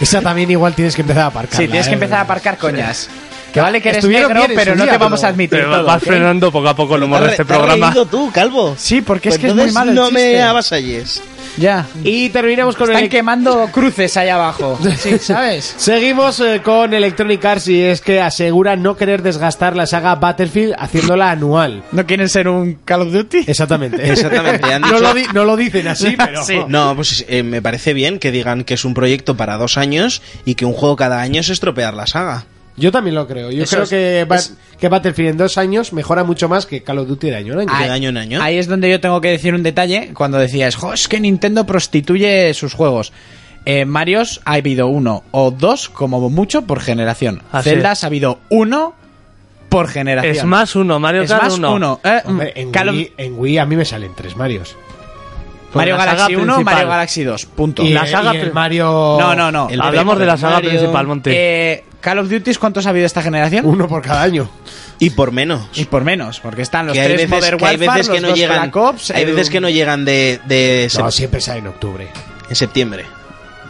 Esa también igual tienes que empezar a aparcar. ¿eh?
Sí, tienes que empezar a aparcar coñas. Que vale que eres
Estuvieron
negro,
bien en
pero
su
no
día,
te vamos
pero-
a admitir
Pero
todo.
vas
¿ok?
frenando poco a poco el humor de este
¿Te has
programa.
reído tú, calvo?
Sí, porque es
Pues
que es muy
entonces
malo el
No me
chiste.
avasalles.
Ya.
Y terminamos con
Están
el...
quemando cruces allá abajo. Sí, ¿sabes?
Seguimos eh, con Electronic Arts y es que asegura no querer desgastar la saga Battlefield haciéndola anual.
¿No quieren ser un Call of Duty?
Exactamente.
Exactamente, han
No
dicho-
lo, di- no lo dicen así, pero...
Sí.
No, pues eh, me parece bien que digan que es un proyecto para dos años y que un juego cada año es estropear la saga.
Yo también lo creo. Yo
Eso
creo
es-
que, Bat-
es-
que Battlefield en dos años mejora mucho más que Call of Duty de año en año.
Ay. de año en año.
Ahí es donde yo tengo que decir un detalle. Cuando decías, "Jo, es que Nintendo prostituye sus juegos. Eh, Marios ha habido uno o dos, como mucho, por generación.
Así
Zeldas ha habido uno por generación.
Es más uno, Mario
Es
Kart
más
uno.
uno. Eh,
Hombre, en,
Call of-
Wii, en Wii a mí me salen tres Marios.
Mario
la saga
Galaxy 1,
principal.
Mario Galaxy 2. Punto.
Y,
la saga
y el
prim-
Mario...
No, no, no.
El
Hablamos
Mario,
de la saga
Mario,
principal, Monte.
Eh, Call of Duty, ¿cuántos ha habido esta generación?
Uno por cada año.
Y por menos.
Y por menos, porque están los
Que hay
tres
veces
Modern
que, hay
Warfare,
veces que
los
no
dos
llegan.
Black Ops,
hay
el-
veces que no llegan de. de
No,
sep-
siempre sale en octubre.
en septiembre.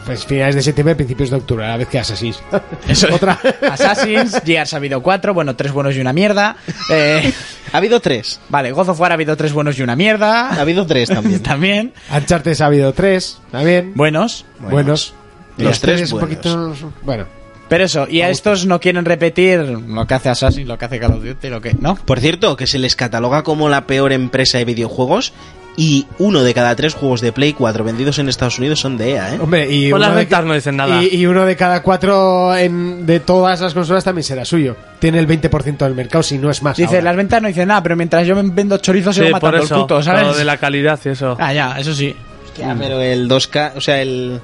Pues finales de septiembre, principios de octubre, a la vez que Assassin's.
Eso es.
Otra.
Assassins, Gears ha habido cuatro, bueno, tres buenos y una mierda. Eh,
Ha habido tres.
vale, God of War ha habido tres buenos y una
Ha
mierda.
habido tres también.
También.
Uncharted ha habido tres, también.
Buenos.
Buenos.
Los
Las
tres
un
buenos.
poquito- Bueno.
Pero eso, y a estos no quieren repetir lo que hace Assassin, lo que hace Call of Duty, lo que. ¿No?
Por cierto, que se les cataloga como la peor empresa de videojuegos y uno de cada tres juegos de Play 4 vendidos en Estados Unidos son de EA, ¿eh?
Hombre, y
Por
uno
las
de
ventas
ca-
no dicen nada.
Y, y uno de cada cuatro en- de todas las consolas también será suyo. Tiene el 20% del mercado, si no es más.
Dice,
ahora.
las ventas no dicen nada, pero mientras yo vendo chorizos sigo
Sí, por
matando
eso.
el puto,
lo
¿sabes?
de la calidad y eso.
Ah, ya, eso sí.
Ya, pero el 2K, o sea, el,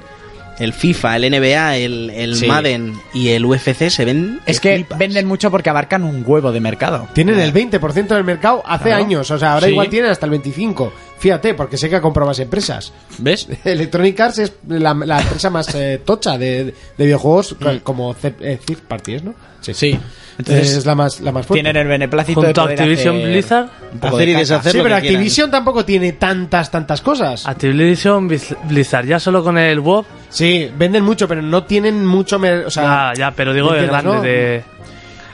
el FIFA, el NBA, el, el
Sí.
Madden y el UFC se ven.
Es que
flipas.
venden mucho porque abarcan un huevo de mercado.
Tienen el 20% del mercado hace
Eh. Claro.
años. O sea, ahora
Sí.
igual tienen hasta el 25%. Fíjate, porque sé que ha comprado más empresas.
¿Ves?
Electronic Arts es la, la empresa más eh, tocha de, de videojuegos, como C- eh, Third Party es, ¿no?
Sí.
Entonces
Entonces,
es la más, la más fuerte. Ah,
tienen el beneplácito de
Junto a
poder
Activision
hacer-
Blizzard.
un poco
Hacer
de
y
caca.
deshacer.
sí,
lo
pero
que quieran.
Activision tampoco tiene tantas, tantas cosas.
Ah. Activision Biz- Blizzard, ya solo con el WoW.
Sí, venden mucho, pero no tienen mucho... mer- o sea,
Ah, ya, pero digo de
¿entiendes,
grande,
no?
de...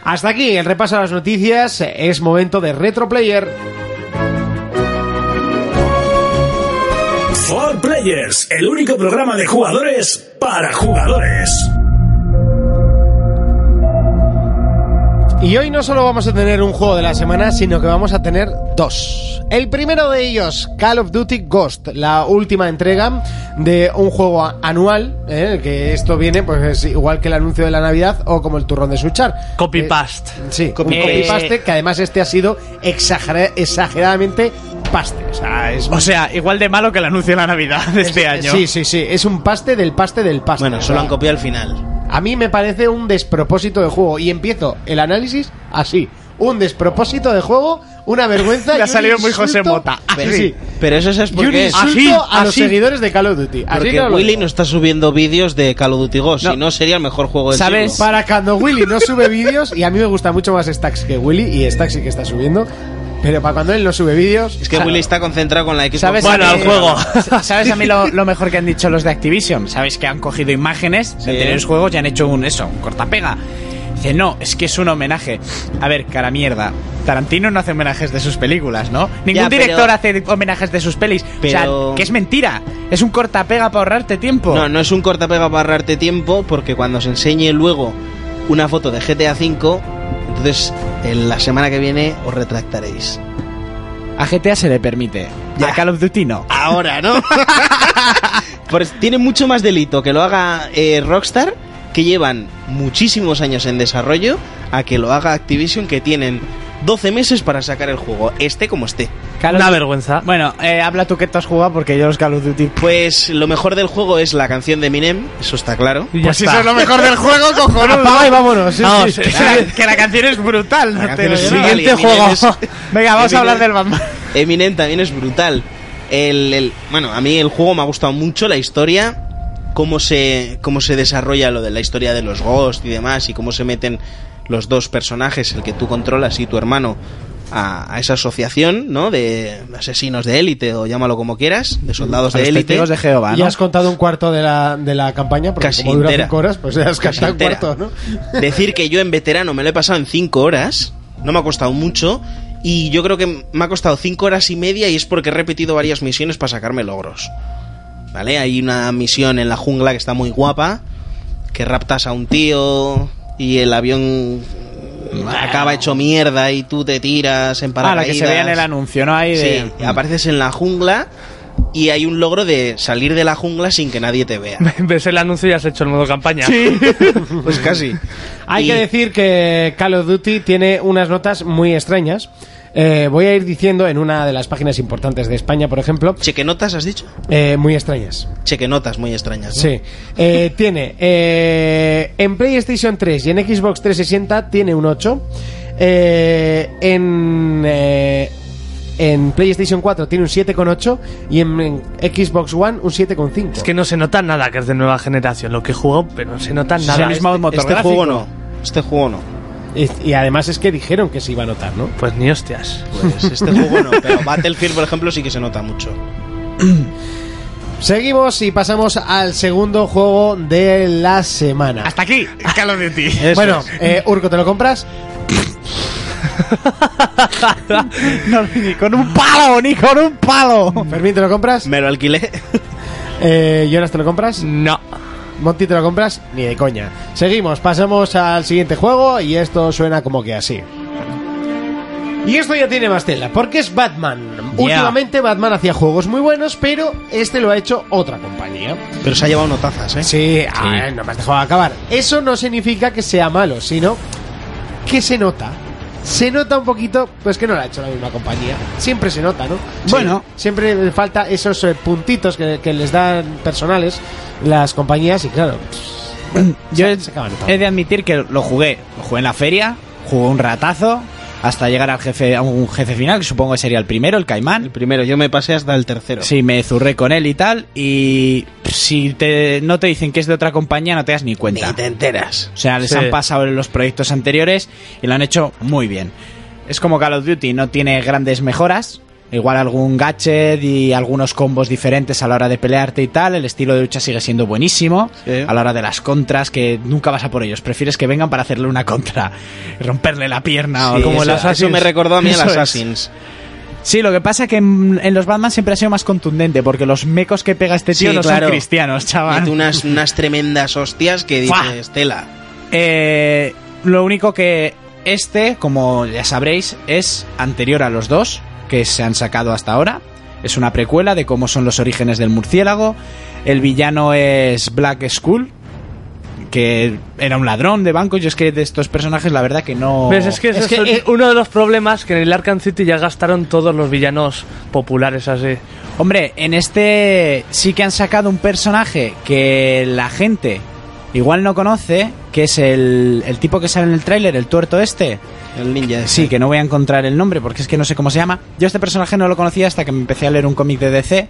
Hasta aquí el repaso de las noticias. Es momento de Retro Player.
For Players, el único programa de jugadores para jugadores.
Y hoy no solo vamos a tener un juego de la semana, sino que vamos a tener dos. El primero de ellos, Call of Duty Ghost, la última entrega de un juego a- anual, ¿eh? que esto viene pues es igual que el anuncio de la Navidad o como el turrón de Suchar.
Copy
Eh,
paste.
Sí,
Copy
un
paste.
copy paste que además este ha sido exagera- exageradamente paste. O sea, es
O sea, igual de malo que el anuncio de la Navidad de este año.
Sí, sí, sí, es un paste del paste del paste.
Bueno, solo han
O sea,
copiado el final.
a mí me parece un despropósito de juego y empiezo el análisis así. Un despropósito de juego, una vergüenza.
Le
y
ha
un
salido muy José
insulto-
Mota.
Pero,
Pero,
sí.
pero eso es
Y un
porque es.
insulto
Así,
a los
así.
seguidores de Call of Duty. Así
Porque
no lo
Willy
digo.
no está subiendo vídeos de Call of Duty Ghost,
No.
si no sería el mejor juego del
¿Sabes?
siglo.
Para cuando Willy no sube vídeos, y a mí me gusta mucho más Stacks que Willy, y Stacks sí que está subiendo, pero para cuando él no sube vídeos...
Es que Willy está concentrado con la Xbox.
¿Sabes
Bueno,
a mí-
al juego.
¿Sabes a mí lo, lo mejor que han dicho los de Activision? ¿Sabes que han cogido imágenes de
Sí.
anteriores juegos y han hecho un eso, un cortapega? Dice, no, es que es un homenaje. A ver, cara mierda. Tarantino no hace homenajes de sus películas, ¿no? Ningún
Ya, pero-
director hace homenajes de sus pelis. O
Pero-
sea, que es mentira. Es un cortapega para ahorrarte tiempo.
No, no es un cortapega para ahorrarte tiempo, porque cuando se enseñe luego una foto de GTA V, entonces en la semana que viene os retractaréis.
A GTA se le permite.
Ya.
A Call of Duty no.
Ahora, ¿no? Pues tiene mucho más delito que lo haga eh, Rockstar, que llevan muchísimos años en desarrollo, a que lo haga Activision, que tienen 12 meses para sacar el juego, esté como este. esté.
Call of
Una
Du-
vergüenza.
Bueno, eh, habla tú que tú has jugado porque yo los Call of Duty.
Pues lo mejor del juego es la canción de Eminem, eso está claro.
Pues
Y ya está.
mejor del juego, cojonudo.
Apaga y vámonos. sí,
Vamos,
sí.
Que
eh,
la- que la canción es brutal. no
La canción
lo
es
digo.
brutal y
Siguiente
Eminem
juego.
es-
Venga, vamos a
Eminem-
hablar del Batman.
Eminem también es brutal. El, el- bueno, a mí el juego me ha gustado mucho, la historia, cómo se, cómo se desarrolla lo de la historia de los Ghost y demás, y cómo se meten los dos personajes, el que tú controlas y tu hermano, a, a esa asociación, ¿no? De asesinos de élite, o llámalo como quieras, de soldados de élite.
de Jehová,
Ya has contado un cuarto de la, de la campaña, porque
Casi
como dura
entera.
cinco horas, pues ya has
Casi
cantado un
entera.
cuarto, ¿no?
Decir que yo en veterano me lo he pasado en 5 horas, no me ha costado mucho, y yo creo que me ha costado 5 horas y media y es porque he repetido varias misiones para sacarme logros. ¿Vale? Hay una misión en la jungla que está muy guapa, que raptas a un tío y el avión acaba hecho mierda y tú te tiras en
Ah, la
paracaídas.
que se veía en el anuncio, ¿no? Ahí de...
Sí, apareces en la jungla y hay un logro de salir de la jungla sin que nadie te vea.
Ves el anuncio y has hecho el modo campaña.
Pues casi.
Hay
Y-
que decir que Call of Duty tiene unas notas muy extrañas. Eh, voy a ir diciendo en una de las páginas importantes de España, por ejemplo,
¿Chequenotas has dicho?
eh, muy extrañas.
Chequenotas muy extrañas. ¿no?
Sí. Eh, tiene eh, en PlayStation 3 y en Xbox 360 tiene un 8. Eh, en, eh, en PlayStation 4 tiene un 7,8 y en, en Xbox One un 7,5.
Es que no se nota nada que es de nueva generación lo que juego, pero no se nota
Es el
nada.
mismo motor
Este
gráfico.
juego no. Este juego no.
Y, y además es que dijeron que se iba a notar, ¿no?
Pues ni hostias.
Pues este juego no. Pero Battlefield, por ejemplo, sí que se nota mucho.
Seguimos y pasamos al segundo juego de la semana.
Hasta aquí, Call of Duty.
bueno, eh, Urco, ¿te lo compras?
No, ni con un palo, ni con un palo.
Fermín, ¿te lo compras?
Me lo alquilé.
Eh, Jonas, ¿te lo compras?
No.
Monty, ¿te lo compras? Ni de coña. Seguimos, pasamos al siguiente juego y esto suena como que así. Y esto ya tiene más tela, porque es Batman.
Yeah.
Últimamente Batman hacía juegos muy buenos, pero este lo ha hecho otra compañía.
Pero se ha llevado notazas, ¿eh?
Sí, ah, no me has dejado acabar. Eso no significa que sea malo, sino que se nota. Se nota un poquito, pues que no lo ha hecho la misma compañía. Siempre se nota, ¿no?
Bueno.
Siempre le falta esos eh, puntitos que, que les dan personales las compañías y claro.
Yo
Se-
he,
se acaba notando.
he de admitir que lo jugué. Lo jugué en la feria, jugué un ratazo hasta llegar al jefe, a un jefe final, que supongo que sería el primero, el
El
caimán.
primero, yo me pasé hasta el tercero.
Sí, me zurré con él y tal. Y si te, no te dicen que es de otra compañía, no te das ni
Ni
cuenta.
te enteras.
O sea, les
Sí.
han pasado los proyectos anteriores y lo han hecho muy bien. Es como Call of Duty, no tiene grandes mejoras. Igual algún gadget y algunos combos diferentes a la hora de pelearte y tal. El estilo de lucha sigue siendo buenísimo.
Sí.
A la hora de las contras, que nunca vas a por ellos. Prefieres que vengan para hacerle una contra. Romperle la pierna o
Sí,
Ah, como
eso,
las
eso me recordó a mí el
Eso es.
Assassins.
Sí, lo que pasa que en, en los Batman siempre ha sido más contundente. Porque los mecos que pega este tío
Sí,
no
claro.
son cristianos, chaval.
Mete unas, unas tremendas hostias que
Ah, ¡Fua!
dices, Estela.
Eh, lo único que este, como ya sabréis, es anterior a los dos que se han sacado hasta ahora. Es una precuela de cómo son los orígenes del murciélago. El villano es Black Skull, que era un ladrón de banco. Yo es que de estos personajes la verdad que no...
¿Ves? Es que ese
Es
es,
que,
un-
eh,
uno de los problemas que en el Arkham City ya gastaron todos los villanos populares así.
Hombre, en este sí que han sacado un personaje que la gente igual no conoce, que es el, el tipo que sale en el tráiler, el tuerto este.
El ninja. ese.
Sí, que no voy a encontrar el nombre porque es que no sé cómo se llama. Yo este personaje no lo conocía hasta que me empecé a leer un cómic de DC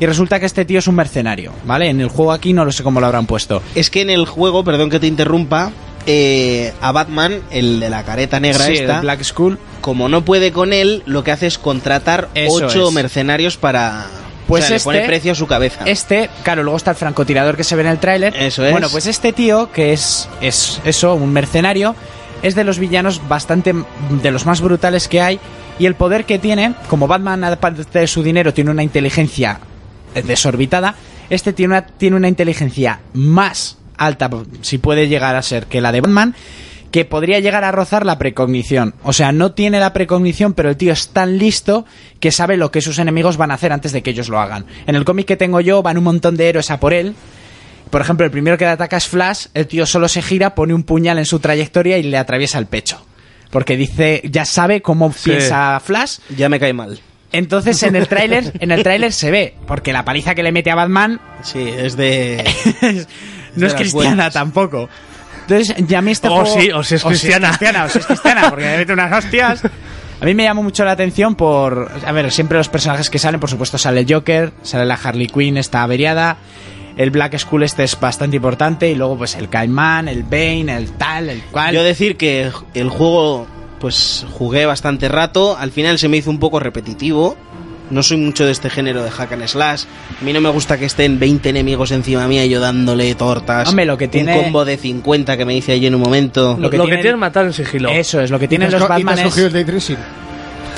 y resulta que este tío es un mercenario, ¿vale? En el juego aquí no lo sé cómo lo habrán puesto.
Es que en el juego, perdón que te interrumpa, eh, a Batman, el de la careta negra
Sí,
esta,
el Black Skull.
como no puede con él, lo que hace es contratar
Eso
ocho
es.
mercenarios para...
Pues
o sea, le
este-
pone precio a su cabeza.
Este, claro, luego está el francotirador que se ve en el tráiler.
Eso es.
Bueno, pues este tío, que es, es eso, un mercenario, es de los villanos bastante de los más brutales que hay. Y el poder que tiene, como Batman, aparte de su dinero, tiene una inteligencia eh, desorbitada, este tiene una, tiene una inteligencia más alta, si puede llegar a ser, que la de Batman. Que podría llegar a rozar la precognición. O sea, no tiene la precognición, pero el tío es tan listo que sabe lo que sus enemigos van a hacer antes de que ellos lo hagan. En el cómic que tengo yo, van un montón de héroes a por él, por ejemplo, el primero que le ataca es Flash, el tío solo se gira, pone un puñal en su trayectoria y le atraviesa el pecho. Porque dice, ya sabe cómo piensa Flash.
Ya me cae mal.
Entonces en el tráiler, en el tráiler se ve, porque la paliza que le mete a Batman
Sí, es de...
no es
las
cristiana
buenas.
tampoco. Entonces, ya a mí este
O
juego-
sí, o sí es cristiana.
O si es cristiana, o si es cristiana, porque le mete unas hostias. A mí me llamó mucho la atención por... A ver, siempre los personajes que salen, por supuesto, sale el Joker, sale la Harley Quinn, está averiada, el Black Skull este es bastante importante, y luego pues el Caimán, el Bane, el tal, el cual...
Yo decir que el juego, pues jugué bastante rato, al final se me hizo un poco repetitivo. No soy mucho de este género de hack and slash. A mí no me gusta que estén 20 enemigos encima mía y yo dándole tortas.
Hombre, lo que tiene-
Un combo de 50 que me hice allí en un momento.
Lo
Lo
que
que,
tienen-
tienen matar en sigilo.
Eso es, lo que
¿Y te
tienen
has
los
co- y te has
Batman
cogido el
es...
day tracing?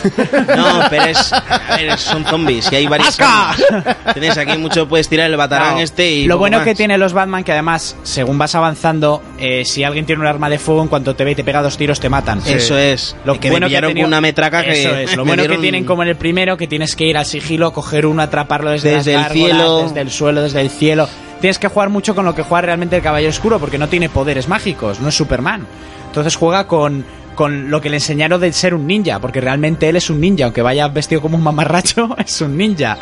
No, pero es, a ver, son zombies y hay varios.
¡Asca!
zombies. Tienes aquí mucho, puedes tirar el batarán
No.
este y.
Lo
poco
bueno
más.
que tiene los Batman, que además, según vas avanzando, eh, si alguien tiene un arma de fuego, en cuanto te ve y te pega dos tiros, te matan.
Eso es.
Lo
que
bueno
me pillaron
que tenía-
con una metraca que.
Eso es, lo
me
bueno que
dieron-
tienen como en el primero, que tienes que ir al sigilo, coger uno, atraparlo desde,
Desde
las
el
gárgolas,
cielo.
desde el suelo, desde el cielo. Tienes que jugar mucho con lo que juega realmente el Caballero Oscuro, porque no tiene poderes mágicos, no es Superman. Entonces juega con, con lo que le enseñaron de ser un ninja, porque realmente él es un ninja, aunque vaya vestido como un mamarracho, es un ninja,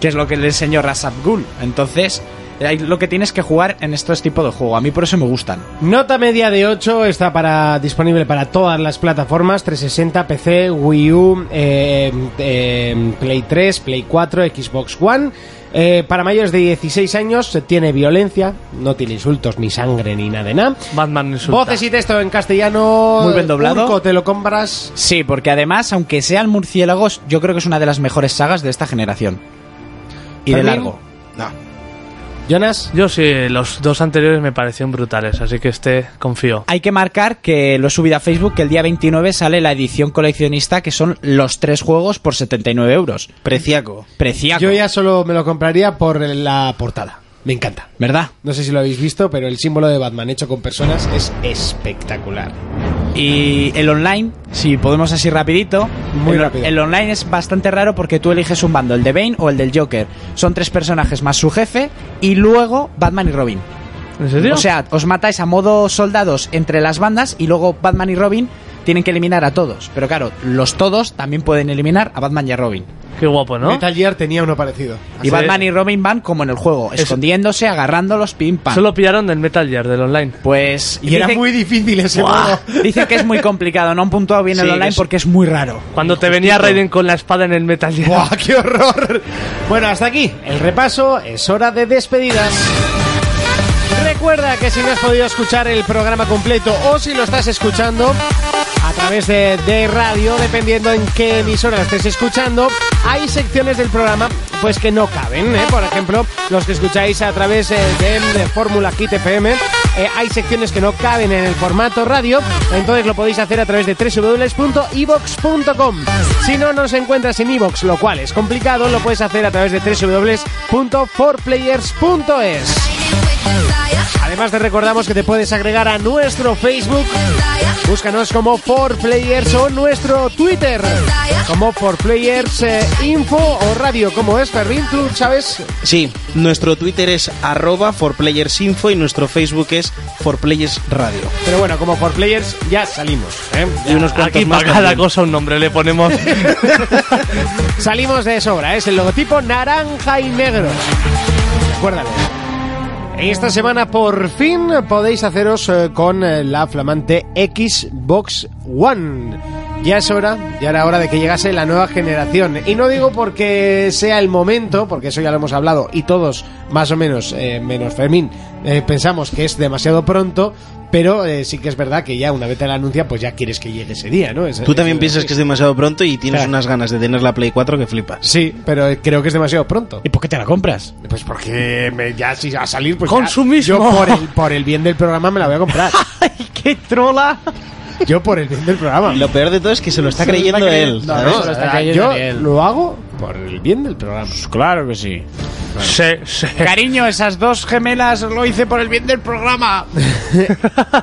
que es lo que le enseñó Rasab Ghul. Entonces, hay lo que tienes que jugar en estos tipos de juego. A mí por eso me gustan.
Nota media de 8 está para, disponible para todas las plataformas 360, PC, Wii U, eh, eh, Play 3, Play 4, Xbox One. Eh, para mayores de 16 años se tiene violencia, no tiene insultos ni sangre ni nada de nada.
Batman insulta.
Voces y texto en castellano.
Muy bien doblado.
Urco, te lo compras.
Sí, porque además, aunque sean murciélagos, yo creo que es una de las mejores sagas de esta generación. Y de
Fermín,
largo.
No.
Jonas,
Yo sí, los dos anteriores me parecieron brutales, así que este confío.
Hay que marcar que lo he subido a Facebook que el día 29 sale la edición coleccionista que son los tres juegos por 79 euros.
Preciaco.
Preciaco,
yo ya solo me lo compraría por la portada. Me encanta.
¿verdad?
No sé si lo habéis visto, pero el símbolo de Batman hecho con personas es espectacular.
Y el online, si podemos así rapidito,
Muy
el,
rápido.
el online es bastante raro porque tú eliges un bando, el de Bane o el del Joker. Son tres personajes más su jefe y luego Batman y Robin.
¿En serio?
O sea, os matáis a modo soldados entre las bandas y luego Batman y Robin tienen que eliminar a todos. Pero claro, los todos también pueden eliminar a Batman y a Robin.
Qué guapo, ¿no?
Metal Gear tenía uno parecido.
Y Batman y Robin van como en el juego, escondiéndose, agarrándolos, pim pam.
Solo pillaron del Metal Gear, del online.
Pues
Y era muy difícil ese juego.
Dicen que es muy complicado, no han puntuado bien
Sí,
el
que
online
es-
porque es muy raro.
Cuando te venía Raiden con la espada en el Metal Gear.
¡Buah, ¡Ah, qué horror! Bueno, hasta aquí el repaso. Es hora de despedidas. Recuerda que si no has podido escuchar el programa completo o si lo estás escuchando a través de, de radio, dependiendo en qué emisora lo estés escuchando, hay secciones del programa pues que no caben. ¿eh? Por ejemplo, los que escucháis a través eh, de, de Fórmula Kit FM, eh, hay secciones que no caben en el formato radio, entonces lo podéis hacer a través de www.evox.com. Si no nos encuentras en iVox, lo cual es complicado, lo puedes hacer a través de www.forplayers.es. Además te recordamos que te puedes agregar a nuestro Facebook, búscanos como 4Players o nuestro Twitter, como 4Players eh, Info o Radio, como es Ferrín, tú sabes,
Sí, nuestro Twitter es arroba forplayersinfo y nuestro Facebook es forplayersradio.
pero bueno, como 4Players ya salimos. ¿eh?
Y unos cuantos
Aquí
más
para cada
también.
cosa un nombre le ponemos.
Salimos de sobra, es el logotipo naranja y negro. Recuérdalo. Esta semana por fin podéis haceros eh, con eh, la flamante Xbox One. Ya es hora, ya era hora de que llegase la nueva generación. Y no digo porque sea el momento, porque eso ya lo hemos hablado y todos, más o menos, eh, menos Fermín, eh, pensamos que es demasiado pronto, pero eh, sí que es verdad que ya una vez te la anuncia, pues ya quieres que llegue ese día, ¿no? Es-
Tú también
es-
piensas que es demasiado pronto y tienes
Claro.
unas ganas de tener la Play 4 que flipas.
Sí, pero creo que es demasiado pronto.
¿Y por qué te la compras?
Pues porque me- ya si va a salir, pues
Con
ya-
su mismo.
Yo por el, por el bien del programa me la voy a comprar.
¡Qué trola!
yo por el bien del programa.
Y lo peor de todo es que se lo está creyendo él.
No, no,
¿sabes?
o sea, yo lo hago por el bien del programa.
Claro que sí.
sí, sí.
Cariño, esas dos gemelas lo hice por el bien del programa.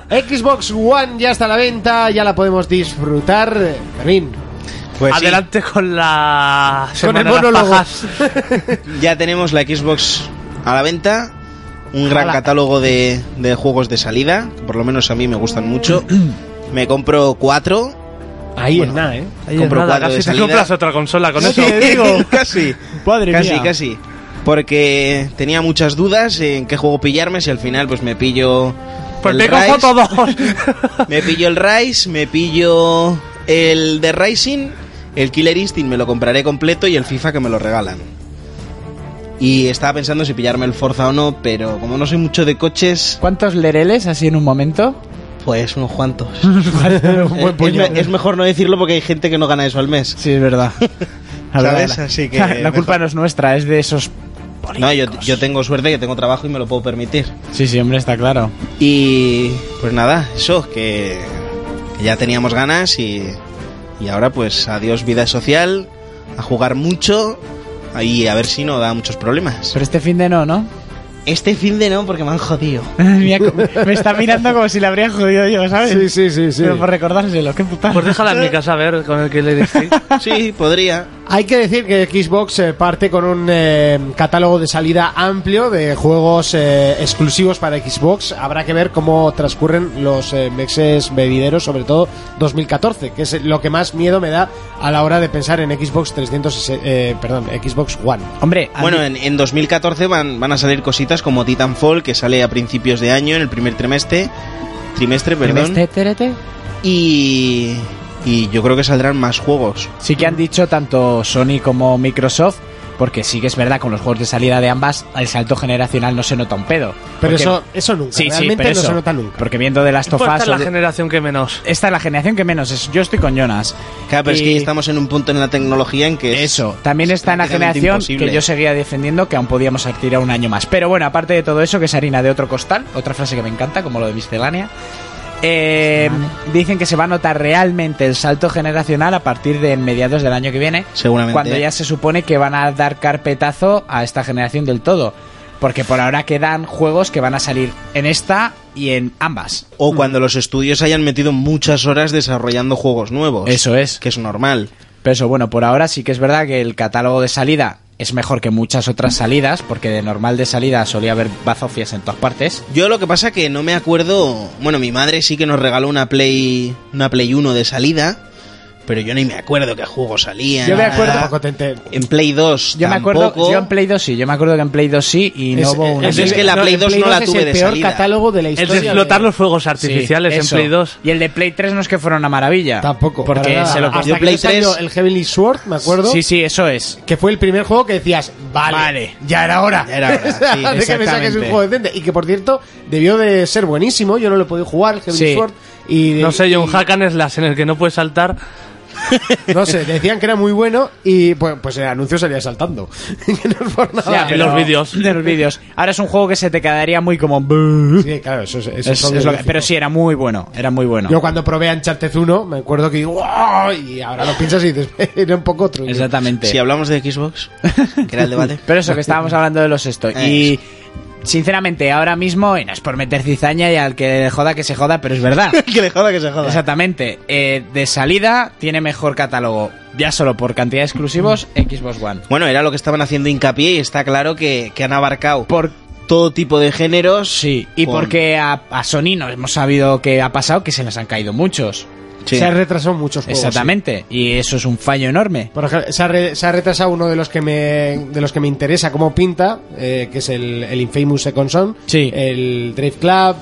Xbox One ya está a la venta, ya la podemos disfrutar. Eh, Fermín,
Pues sí,
Adelante con la. semana de las pajas.
ya tenemos la Xbox a la venta. Un gran
Ala.
catálogo de, de juegos de salida, que por lo menos a mí me gustan mucho. Me compro cuatro.
Ahí es nada, ¿eh?
Ahí
Compro
es nada,
cuatro de
casi te
salida.
compras otra consola con eso.
casi.
Padre
casi,
mía.
casi. Porque tenía muchas dudas en qué juego pillarme, si al final pues me pillo...
Pues
el
me cojo
Rise,
todos.
Me pillo el Rise, me pillo el de Rising, el Killer Instinct me lo compraré completo y el FIFA que me lo regalan. Y estaba pensando si pillarme el Forza o no, pero como no soy mucho de coches,
¿Cuántos lereles así en un momento?
pues unos cuantos. Eh, es, me- es mejor no decirlo porque hay gente que no gana eso al mes.
Sí, es verdad. La verdad,
¿Sabes?
la-
Así que
La
mejor.
culpa no es nuestra, es de esos.
No, yo, yo tengo suerte que tengo trabajo y me lo puedo permitir.
Sí, sí, hombre, está claro.
Y pues nada, eso, que, que ya teníamos ganas y, y ahora pues adiós vida social, a jugar mucho y a ver si no da muchos problemas.
Pero este fin de no, ¿no?
Este fin de no, porque me han jodido.
Mira, me está mirando como si le habría jodido yo, ¿sabes?
Sí, sí, sí, sí.
Pero por recordárselo, qué putada.
Pues déjala en mi casa a ver con el que le diste.
Sí, podría.
Hay que decir que Xbox eh, parte con un eh, catálogo de salida amplio de juegos eh, exclusivos para Xbox. Habrá que ver cómo transcurren los eh, meses venideros, sobre todo 2014, que es lo que más miedo me da a la hora de pensar en Xbox 300, eh, perdón, Xbox One.
Hombre, han
Bueno, eh, en, en 2014 van, van a salir cositas como Titanfall, que sale a principios de año, en el primer trimestre. Trimestre, perdón.
¿Este TRT?
Y, y yo creo que saldrán más juegos.
Sí que han dicho tanto Sony como Microsoft Porque sí que es verdad, con los juegos de salida de ambas, el salto generacional no se nota un pedo.
Pero
Porque-
eso, eso nunca,
Sí, sí,
realmente
pero
no
eso,
se nota nunca.
Porque viendo de las
Pues esta
tofas.
es la generación que menos.
Esta es ¿eh? la generación que menos es. Yo estoy con Jonas.
Claro, pero es que
Y-
ya estamos en un punto en la tecnología en que es-
Eso, también está en la
prácticamente
generación
imposible.
que yo seguía defendiendo que aún podíamos tirar un año más. Pero bueno, aparte de todo eso, que es harina de otro costal, otra frase que me encanta, como lo de miscelánea. eh, dicen que se va a notar realmente el salto generacional a partir de mediados del año que viene,
Seguramente.
cuando ya se supone que van a dar carpetazo a esta generación del todo, porque por ahora quedan juegos que van a salir en esta y en ambas.
O cuando los estudios hayan metido muchas horas desarrollando juegos nuevos.
Eso es.
Que es normal.
Pero eso, bueno, por ahora sí que es verdad que el catálogo de salida es mejor que muchas otras salidas, porque de normal de salida solía haber bazofias en todas partes.
Yo lo que pasa que no me acuerdo. Bueno, mi madre sí que nos regaló una Play. Una Play 1 de salida. Pero yo ni me acuerdo qué juego salía.
Yo me
nada.
acuerdo, Paco, te- te-
En Play 2.
Yo me acuerdo,
tampoco.
yo en Play 2 sí, yo me acuerdo que en Play 2 sí y no
Es-
hubo una.
es que la
no,
Play
en
2 no la
es
tuve
el
de
peor
salida.
catálogo de la
El
historia.
de explotar los fuegos
Sí,
artificiales en
eso.
Play 2.
Y el de Play 3 no es que fuera una maravilla.
Tampoco. para
Ah, Porque
nada.
se lo
Hasta
Yo
que
Play
no salió
3.
el Heavenly Sword, me acuerdo.
Sí, sí, eso es.
Que fue el primer juego que decías, vale,
Vale.
ya era hora.
Ya era hora, sí,
de que me saques
exactamente.
un juego decente. Y que por cierto, debió de ser buenísimo. Yo no lo he podido jugar, el Heavenly
Sí.
Sword. Y
No sé, yo un
y-
hack and slash en el que no puedes saltar.
No sé, decían que era muy bueno y pues, pues el anuncio salía saltando. Que no es por nada.
Ya,
en los vídeos.
En los vídeos. Ahora es un juego que se te quedaría muy como.
Sí, claro, eso es, eso es
Es- es lo que-
lógico.
pero sí, era muy bueno. Era muy bueno.
Yo cuando probé Uncharted 1, me acuerdo que digo, "Wow", y ahora lo piensas y dices, era un poco otro.
Exactamente.
Si hablamos de Xbox, que era el debate.
Pero eso, que estábamos hablando de los esto. Y sinceramente, ahora mismo, y no es por meter cizaña y al que le joda que se joda, pero es verdad.
que le joda, que se joda.
Exactamente. Eh, de salida tiene mejor catálogo, ya solo por cantidad de exclusivos, Xbox One.
Bueno, era lo que estaban haciendo hincapié y está claro que, que han abarcado
Por,
todo tipo de géneros.
sí, y
con-
porque a, a Sony no hemos sabido que ha pasado, que se les han caído muchos.
Sí.
Se han retrasado muchos juegos.
Exactamente. Y eso es un fallo enorme.
sí. Por ejemplo, se ha, re- se ha retrasado uno de los que me, de los que me interesa cómo pinta, eh, que es el, el Infamous Second Son,
Sí.
el Drift Club.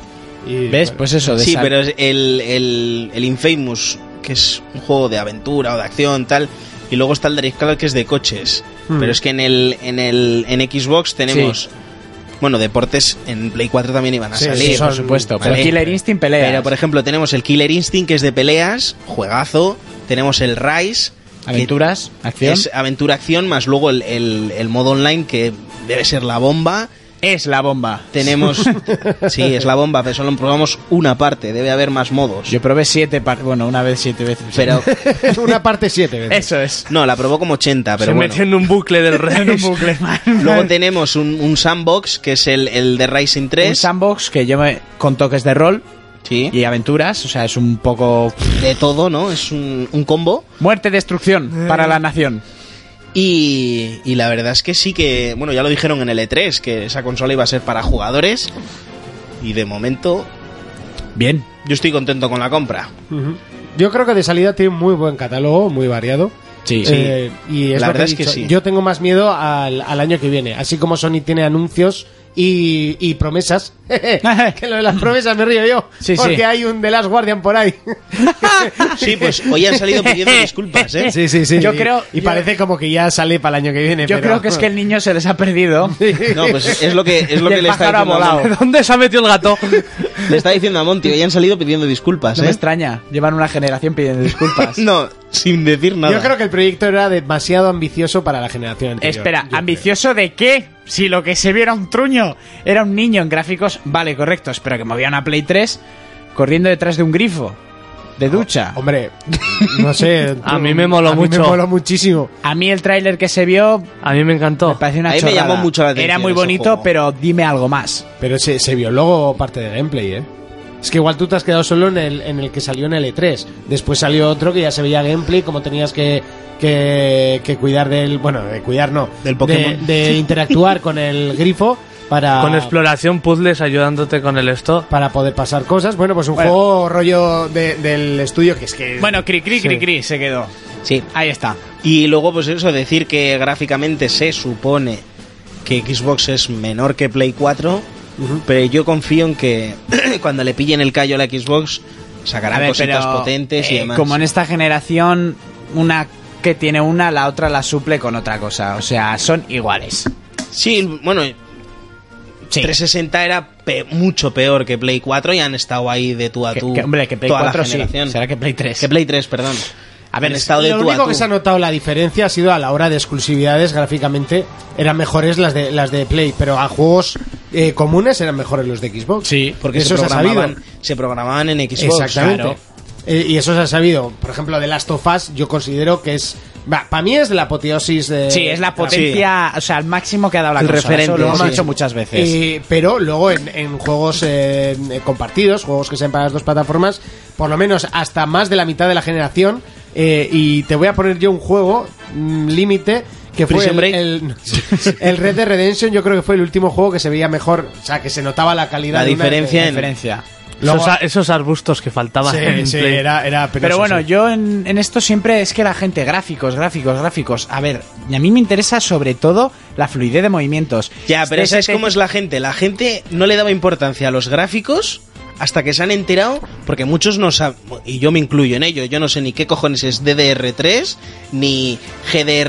Y,
¿Ves?
bueno,
Pues eso, de
Sí,
sal-
pero es el, el, el Infamous, que es un juego de aventura o de acción, tal. Y luego está el Drift Club, que es de coches.
Mm.
Pero es que en el, en el en Xbox tenemos.
Hmm. Sí.
Bueno, deportes en Play 4 también iban a
Sí,
salir.
Sí, por
son-
supuesto. Pero
Vale.
Killer Instinct pelea.
Pero, por ejemplo, tenemos el Killer Instinct, que es de peleas, juegazo. Tenemos el Rise. que
Aventuras, acción.
Es aventura-acción, más luego el, el- el modo online, que debe ser la bomba.
es la bomba.
Tenemos. sí, es la bomba, pero solo probamos una parte. Debe haber más modos.
Yo probé siete par- bueno, una vez siete veces.
Pero.
una parte 7.
Eso es.
No, la probó como 80, pero
se
bueno.
metió en un bucle del rey.
Luego tenemos un, un sandbox, que es el, el de Rising
Un
3.
sandbox que yo me con toques de rol
sí.
y aventuras, o sea, es un poco
De todo, ¿no? Es un, un combo.
muerte destrucción para la nación.
Y, y la verdad es que sí que. Bueno, ya lo dijeron en el E3, que esa consola iba a ser para jugadores. Y de momento,
Bien.
yo estoy contento con la compra.
Yo creo que de salida tiene un muy buen catálogo, muy variado.
Sí.
Eh, y es
La
lo que
verdad
he
es que
dicho.
sí.
Yo tengo más miedo al, al año que viene. Así como Sony tiene anuncios y, y promesas. que lo de las promesas me río yo.
Sí, sí.
porque hay un The Last Guardian por ahí.
Sí, pues hoy han salido pidiendo disculpas, ¿eh?
sí, sí, sí.
Yo
Y-
creo-
Y
yo-
parece como que ya sale para el año que viene.
Yo
pero-
creo que es que el niño se les ha perdido.
No, pues es lo que, es lo
Y
que
el
le está
pájaro ha
diciendo. a Monty.
¿Dónde se ha metido el gato?
Le está diciendo a Monty, hoy han salido pidiendo disculpas,
No me
¿eh?
extraña, llevan una generación pidiendo disculpas.
No, sin decir nada.
Yo creo que el proyecto era demasiado ambicioso para la generación anterior.
Espera,
Yo
¿ambicioso de qué? Si lo que se vio era un truño, era un niño en gráficos, vale, correctos, pero que movía una Play 3 corriendo detrás de un grifo, de ducha.
creo. Hombre, no sé.
A mí me moló
a
mucho.
me moló muchísimo.
A mí el tráiler que se vio
A mí me encantó.
me pareció una
A mí me
chorrada.
llamó mucho la atención
Era muy
ese
bonito,
juego.
pero dime algo más.
Pero se, se vio luego parte de gameplay, ¿eh? Es que igual tú te has quedado solo en el, en el que salió en el E3. Después salió otro que ya se veía gameplay, como tenías que, que, que cuidar del... Bueno, de cuidar no.
Del Pokémon.
De, de interactuar con el grifo para...
Con exploración, puzzles, ayudándote con el esto.
para poder pasar cosas. Bueno, pues un
Bueno.
juego rollo de- del estudio que es que...
Bueno, cri cri cri cri se quedó.
Sí.
Ahí está.
Y luego, pues eso, decir que gráficamente se supone que Xbox es menor que Play 4, pero yo confío en que cuando le pillen el callo a la Xbox, sacarán
A ver,
cositas
pero,
potentes y
eh,
demás.
como en esta generación, una que tiene una, la otra la suple con otra cosa. O sea, son iguales.
Sí, bueno,
Sí.
360 era pe- mucho peor que Play 4 y han estado ahí de tú a
Que-
tú.
que, hombre, que Play
toda la
4 sí.
generación.
Será que Play 3.
Que Play 3, perdón.
A ver,
han estado de
Lo
tú a
único
tú.
que se ha notado la diferencia ha sido a la hora de exclusividades gráficamente eran mejores las de las de Play, pero a juegos eh, comunes eran mejores los de Xbox.
Sí,
Porque
eso
se,
se ha sabido.
programaban, se programaban en Xbox.
Exactamente.
claro.
Eh, y eso se ha sabido. Por ejemplo, de Last of Us, yo considero que es. Para mí es la apoteosis de.
Sí, es la
Sí.
potencia, o sea, el máximo que ha dado la
Eh, El
consola.
referente,
Eso lo hemos
sí.
dicho muchas veces.
Eh, pero luego en, en juegos eh, eh, compartidos, juegos que sean para las dos plataformas, por lo menos hasta más de la mitad de la generación. eh, y te voy a poner yo un juego mm, límite que fue
Prison
el,
Break.
el- el Red Dead Redemption. Yo creo que fue el último juego que se veía mejor, o sea, que se notaba la calidad.
La
de una-
diferencia
de-
en-
Diferencia.
Luego-
esos, a- esos arbustos que faltaban en
Sí, sí,
Play.
era, era
Pero
penoso,
bueno,
sí.
yo en, en esto siempre es que la gente, gráficos, gráficos, gráficos. A ver, y a mí me interesa sobre todo la fluidez de movimientos.
Ya, pero
Este
esa es como es la gente. La gente no le daba importancia a los gráficos hasta que se han enterado, porque muchos no saben, y yo me incluyo en ello, yo no sé ni qué cojones es DDR3, ni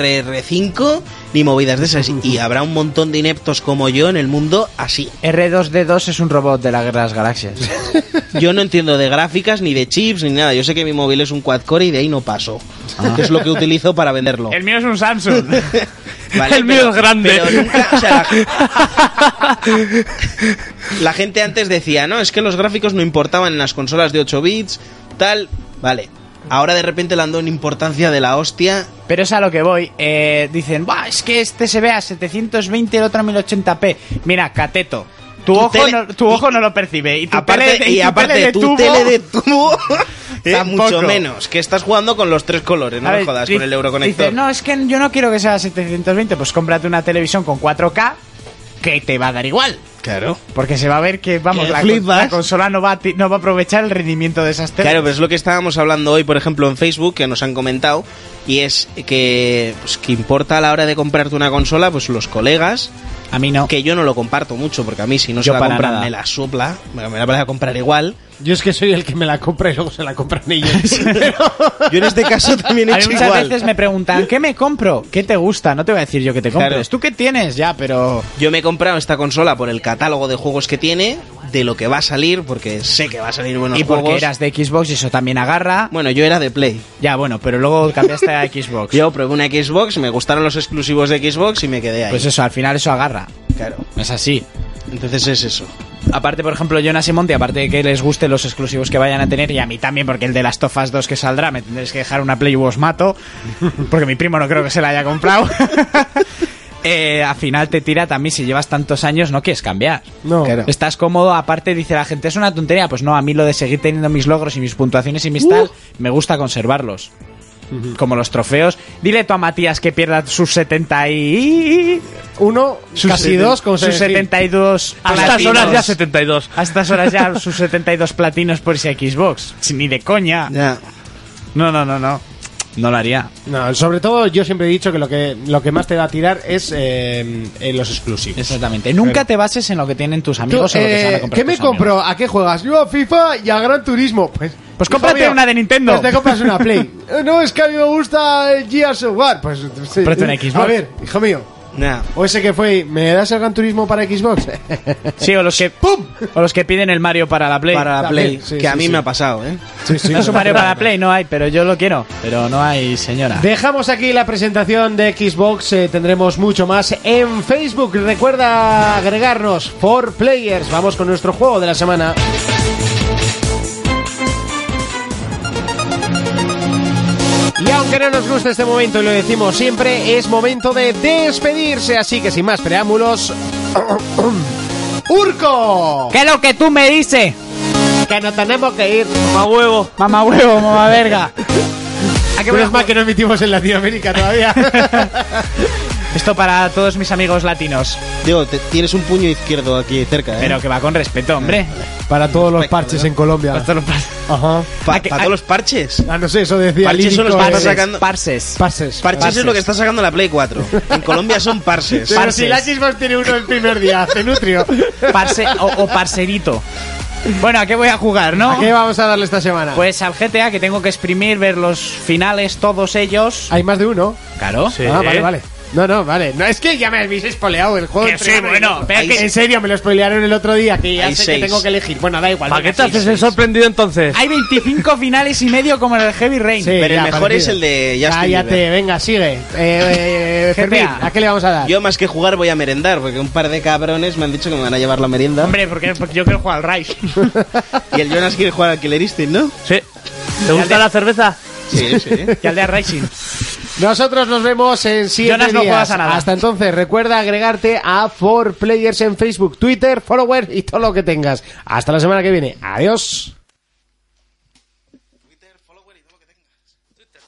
GDRR5, ni movidas de esas. Y habrá un montón de ineptos como yo en el mundo así.
R2D2 es un robot de la Guerra de las Galaxias.
Yo no entiendo de gráficas, ni de chips, ni nada. Yo sé que mi móvil es un quad-core y de ahí no paso. Que es lo que utilizo para venderlo.
El mío es un Samsung.
Vale,
El mío es grande.
pero nunca- o sea, la, la gente antes decía, no, es que los gráficos no importaban en las consolas de 8 bits, tal. Vale. Ahora de repente le han dado una importancia de la hostia.
Pero es a lo que voy. Eh, dicen, "Buah, es que este se ve a 720 y el otro a 1080p. Mira, cateto. Tu,
Tu
ojo,
tele-
no, tu ojo no lo percibe. Y tu
Aparte,
tele de,
y
tu
aparte
tele de
tu
tubo-
tele de tubo, eh,
Tampoco.
mucho menos. Que estás jugando con los tres colores, no
A
me
ver,
jodas,
dice-
con el euroconector.
dices, no, es que yo no quiero que sea a 720. Pues cómprate una televisión con 4K que te va a dar igual.
Claro.
Porque se va a ver que, vamos,
Que
la,
flipas.
la consola no va, a ti- no va a aprovechar el rendimiento de esas teles.
Claro, pero es lo que estábamos hablando hoy, por ejemplo, en Facebook, que nos han comentado, y es que, pues, que importa a la hora de comprarte una consola, pues los colegas,
a mí no.
que yo no lo comparto mucho, porque a mí si no se
Yo
la
para
compran,
nada.
me la sopla, me me la van a comprar igual.
Yo es que soy el que me la compra y luego se la compran ellos.
Yo en este caso también he
A mí
hecho
muchas
igual.
veces me preguntan, ¿qué me compro? ¿Qué te gusta? No te voy a decir yo que te
Claro.
compres. ¿Tú qué tienes? Ya, pero...
Yo me he comprado esta consola por el catálogo de juegos que tiene, de lo que va a salir, porque sé que va a salir buenos
Y porque
juegos.
eras de Xbox y eso también agarra.
Bueno, yo era de Play.
Ya, bueno, pero luego cambiaste a Xbox.
Yo probé una Xbox, me gustaron los exclusivos de Xbox y me quedé ahí.
Pues eso, al final eso agarra.
claro.
Es así.
Entonces es eso.
Aparte, por ejemplo, Jonas y Monty, aparte de que les guste los exclusivos que vayan a tener, y a mí también, porque el de las Tofas 2 que saldrá, me tendréis que dejar una Play u os mato, porque mi primo no creo que se la haya comprado. Eh, al final te tira también, si llevas tantos años, no quieres cambiar.
No. Claro.
Estás cómodo, aparte dice la gente, es una tontería. Pues no, a mí lo de seguir teniendo mis logros y mis puntuaciones y mis tal, me gusta conservarlos. Como los trofeos. Dile tú a Matías que pierda sus 70 y...
Uno, casi dos, como se
sus
decía.
72
A estas
platinos.
horas ya 72.
A estas horas ya sus 72 platinos por ese Xbox. Si Ni de coña.
Ya.
No, no, no, no. No lo haría.
No, sobre todo yo siempre he dicho que lo que, lo que más te va a tirar es eh, en los exclusivos.
Exactamente. Nunca te bases en lo que tienen tus
Tú,
amigos o lo que se van a
eh,
comprar
¿Qué me
tus amigos.
compro? ¿A qué juegas? Yo a FIFA y a Gran Turismo. Pues,
Pues
hijo
cómprate una de Nintendo.
Pues te compras una Play. Eh, no, es que a mí me gusta el Gears of War. Pues, sí.
Cómprate una Xbox.
A ver, hijo mío.
Nah.
O ese que fue, ¿me das el Gran Turismo para Xbox?
Sí, o los que, o los que piden el Mario para la Play.
Para la
También,
Play,
sí,
que
sí,
a mí
sí.
me ha pasado, ¿eh?
No es un Mario para la Play, no hay, pero yo lo quiero. Pero no hay, señora.
Dejamos aquí la presentación de Xbox, eh, tendremos mucho más en Facebook. Recuerda agregarnos For Players. Vamos con nuestro juego de la semana. Y aunque no nos gusta este momento y lo decimos siempre, es momento de despedirse, así que sin más preámbulos, Urco,
¿Qué es lo que tú me dices?
que no tenemos que ir.
A huevo.
Mamá huevo, mamá verga. ¿A qué voy a
Menos mal que no emitimos en Latinoamérica todavía.
jugar? Esto para todos mis amigos latinos.
Digo, te- tienes un puño izquierdo aquí cerca, ¿eh?
Pero que va con respeto, hombre.
Para todos los parches en Colombia.
Esto lo pasa-
Ajá.
¿a
Para
que- a-
todos los parches.
Ah, no sé, eso decía
Parches son los
lírico,
que
eh.
están sacando-
Parses.
Parses.
Parches
Parses.
es lo que está sacando la Play 4. En Colombia son parses.
Pero si la Xbox tiene uno el primer día, hace nutrio.
Parse o, o parserito. Bueno, ¿a qué voy a jugar, no?
¿A qué vamos a darle esta semana?
Pues al GTA, que tengo que exprimir, ver los finales, todos ellos.
Hay más de uno.
Claro.
Sí.
Ah, vale, vale. No, no, vale. No, es que ya me habéis spoileado el juego.
Que
entre
sí,
uno y
bueno,
otro.
pero es que-
En serio, me lo spoilearon el otro día, que ya
Hay
sé
seis.
que tengo que elegir. Bueno, da igual.
¿Para qué
venga, sí,
te haces
sí.
el sorprendido entonces?
Hay 25 finales y medio como en el Heavy Rain.
Sí,
Pero el
ya,
mejor
parecido.
es el de Justin
Cállate,
Bieber.
venga, sigue. Eh, eh, Fermín,
GTA.
¿a qué le vamos a dar?
Yo más que jugar voy a merendar, porque un par de cabrones me han dicho que me van a llevar la merienda.
Hombre, porque, porque yo quiero jugar al Rise.
Y el Jonas quiere jugar al Killer Instinct, ¿no?
Sí. ¿Te gusta la cerveza?
Sí, sí.
y al de Racing.
Nosotros nos vemos en siete
Jonas, no
días.
juegas a nada.
Hasta entonces, recuerda agregarte a 4Players en Facebook, Twitter, Follower y todo lo que tengas. Hasta la semana que viene. Adiós.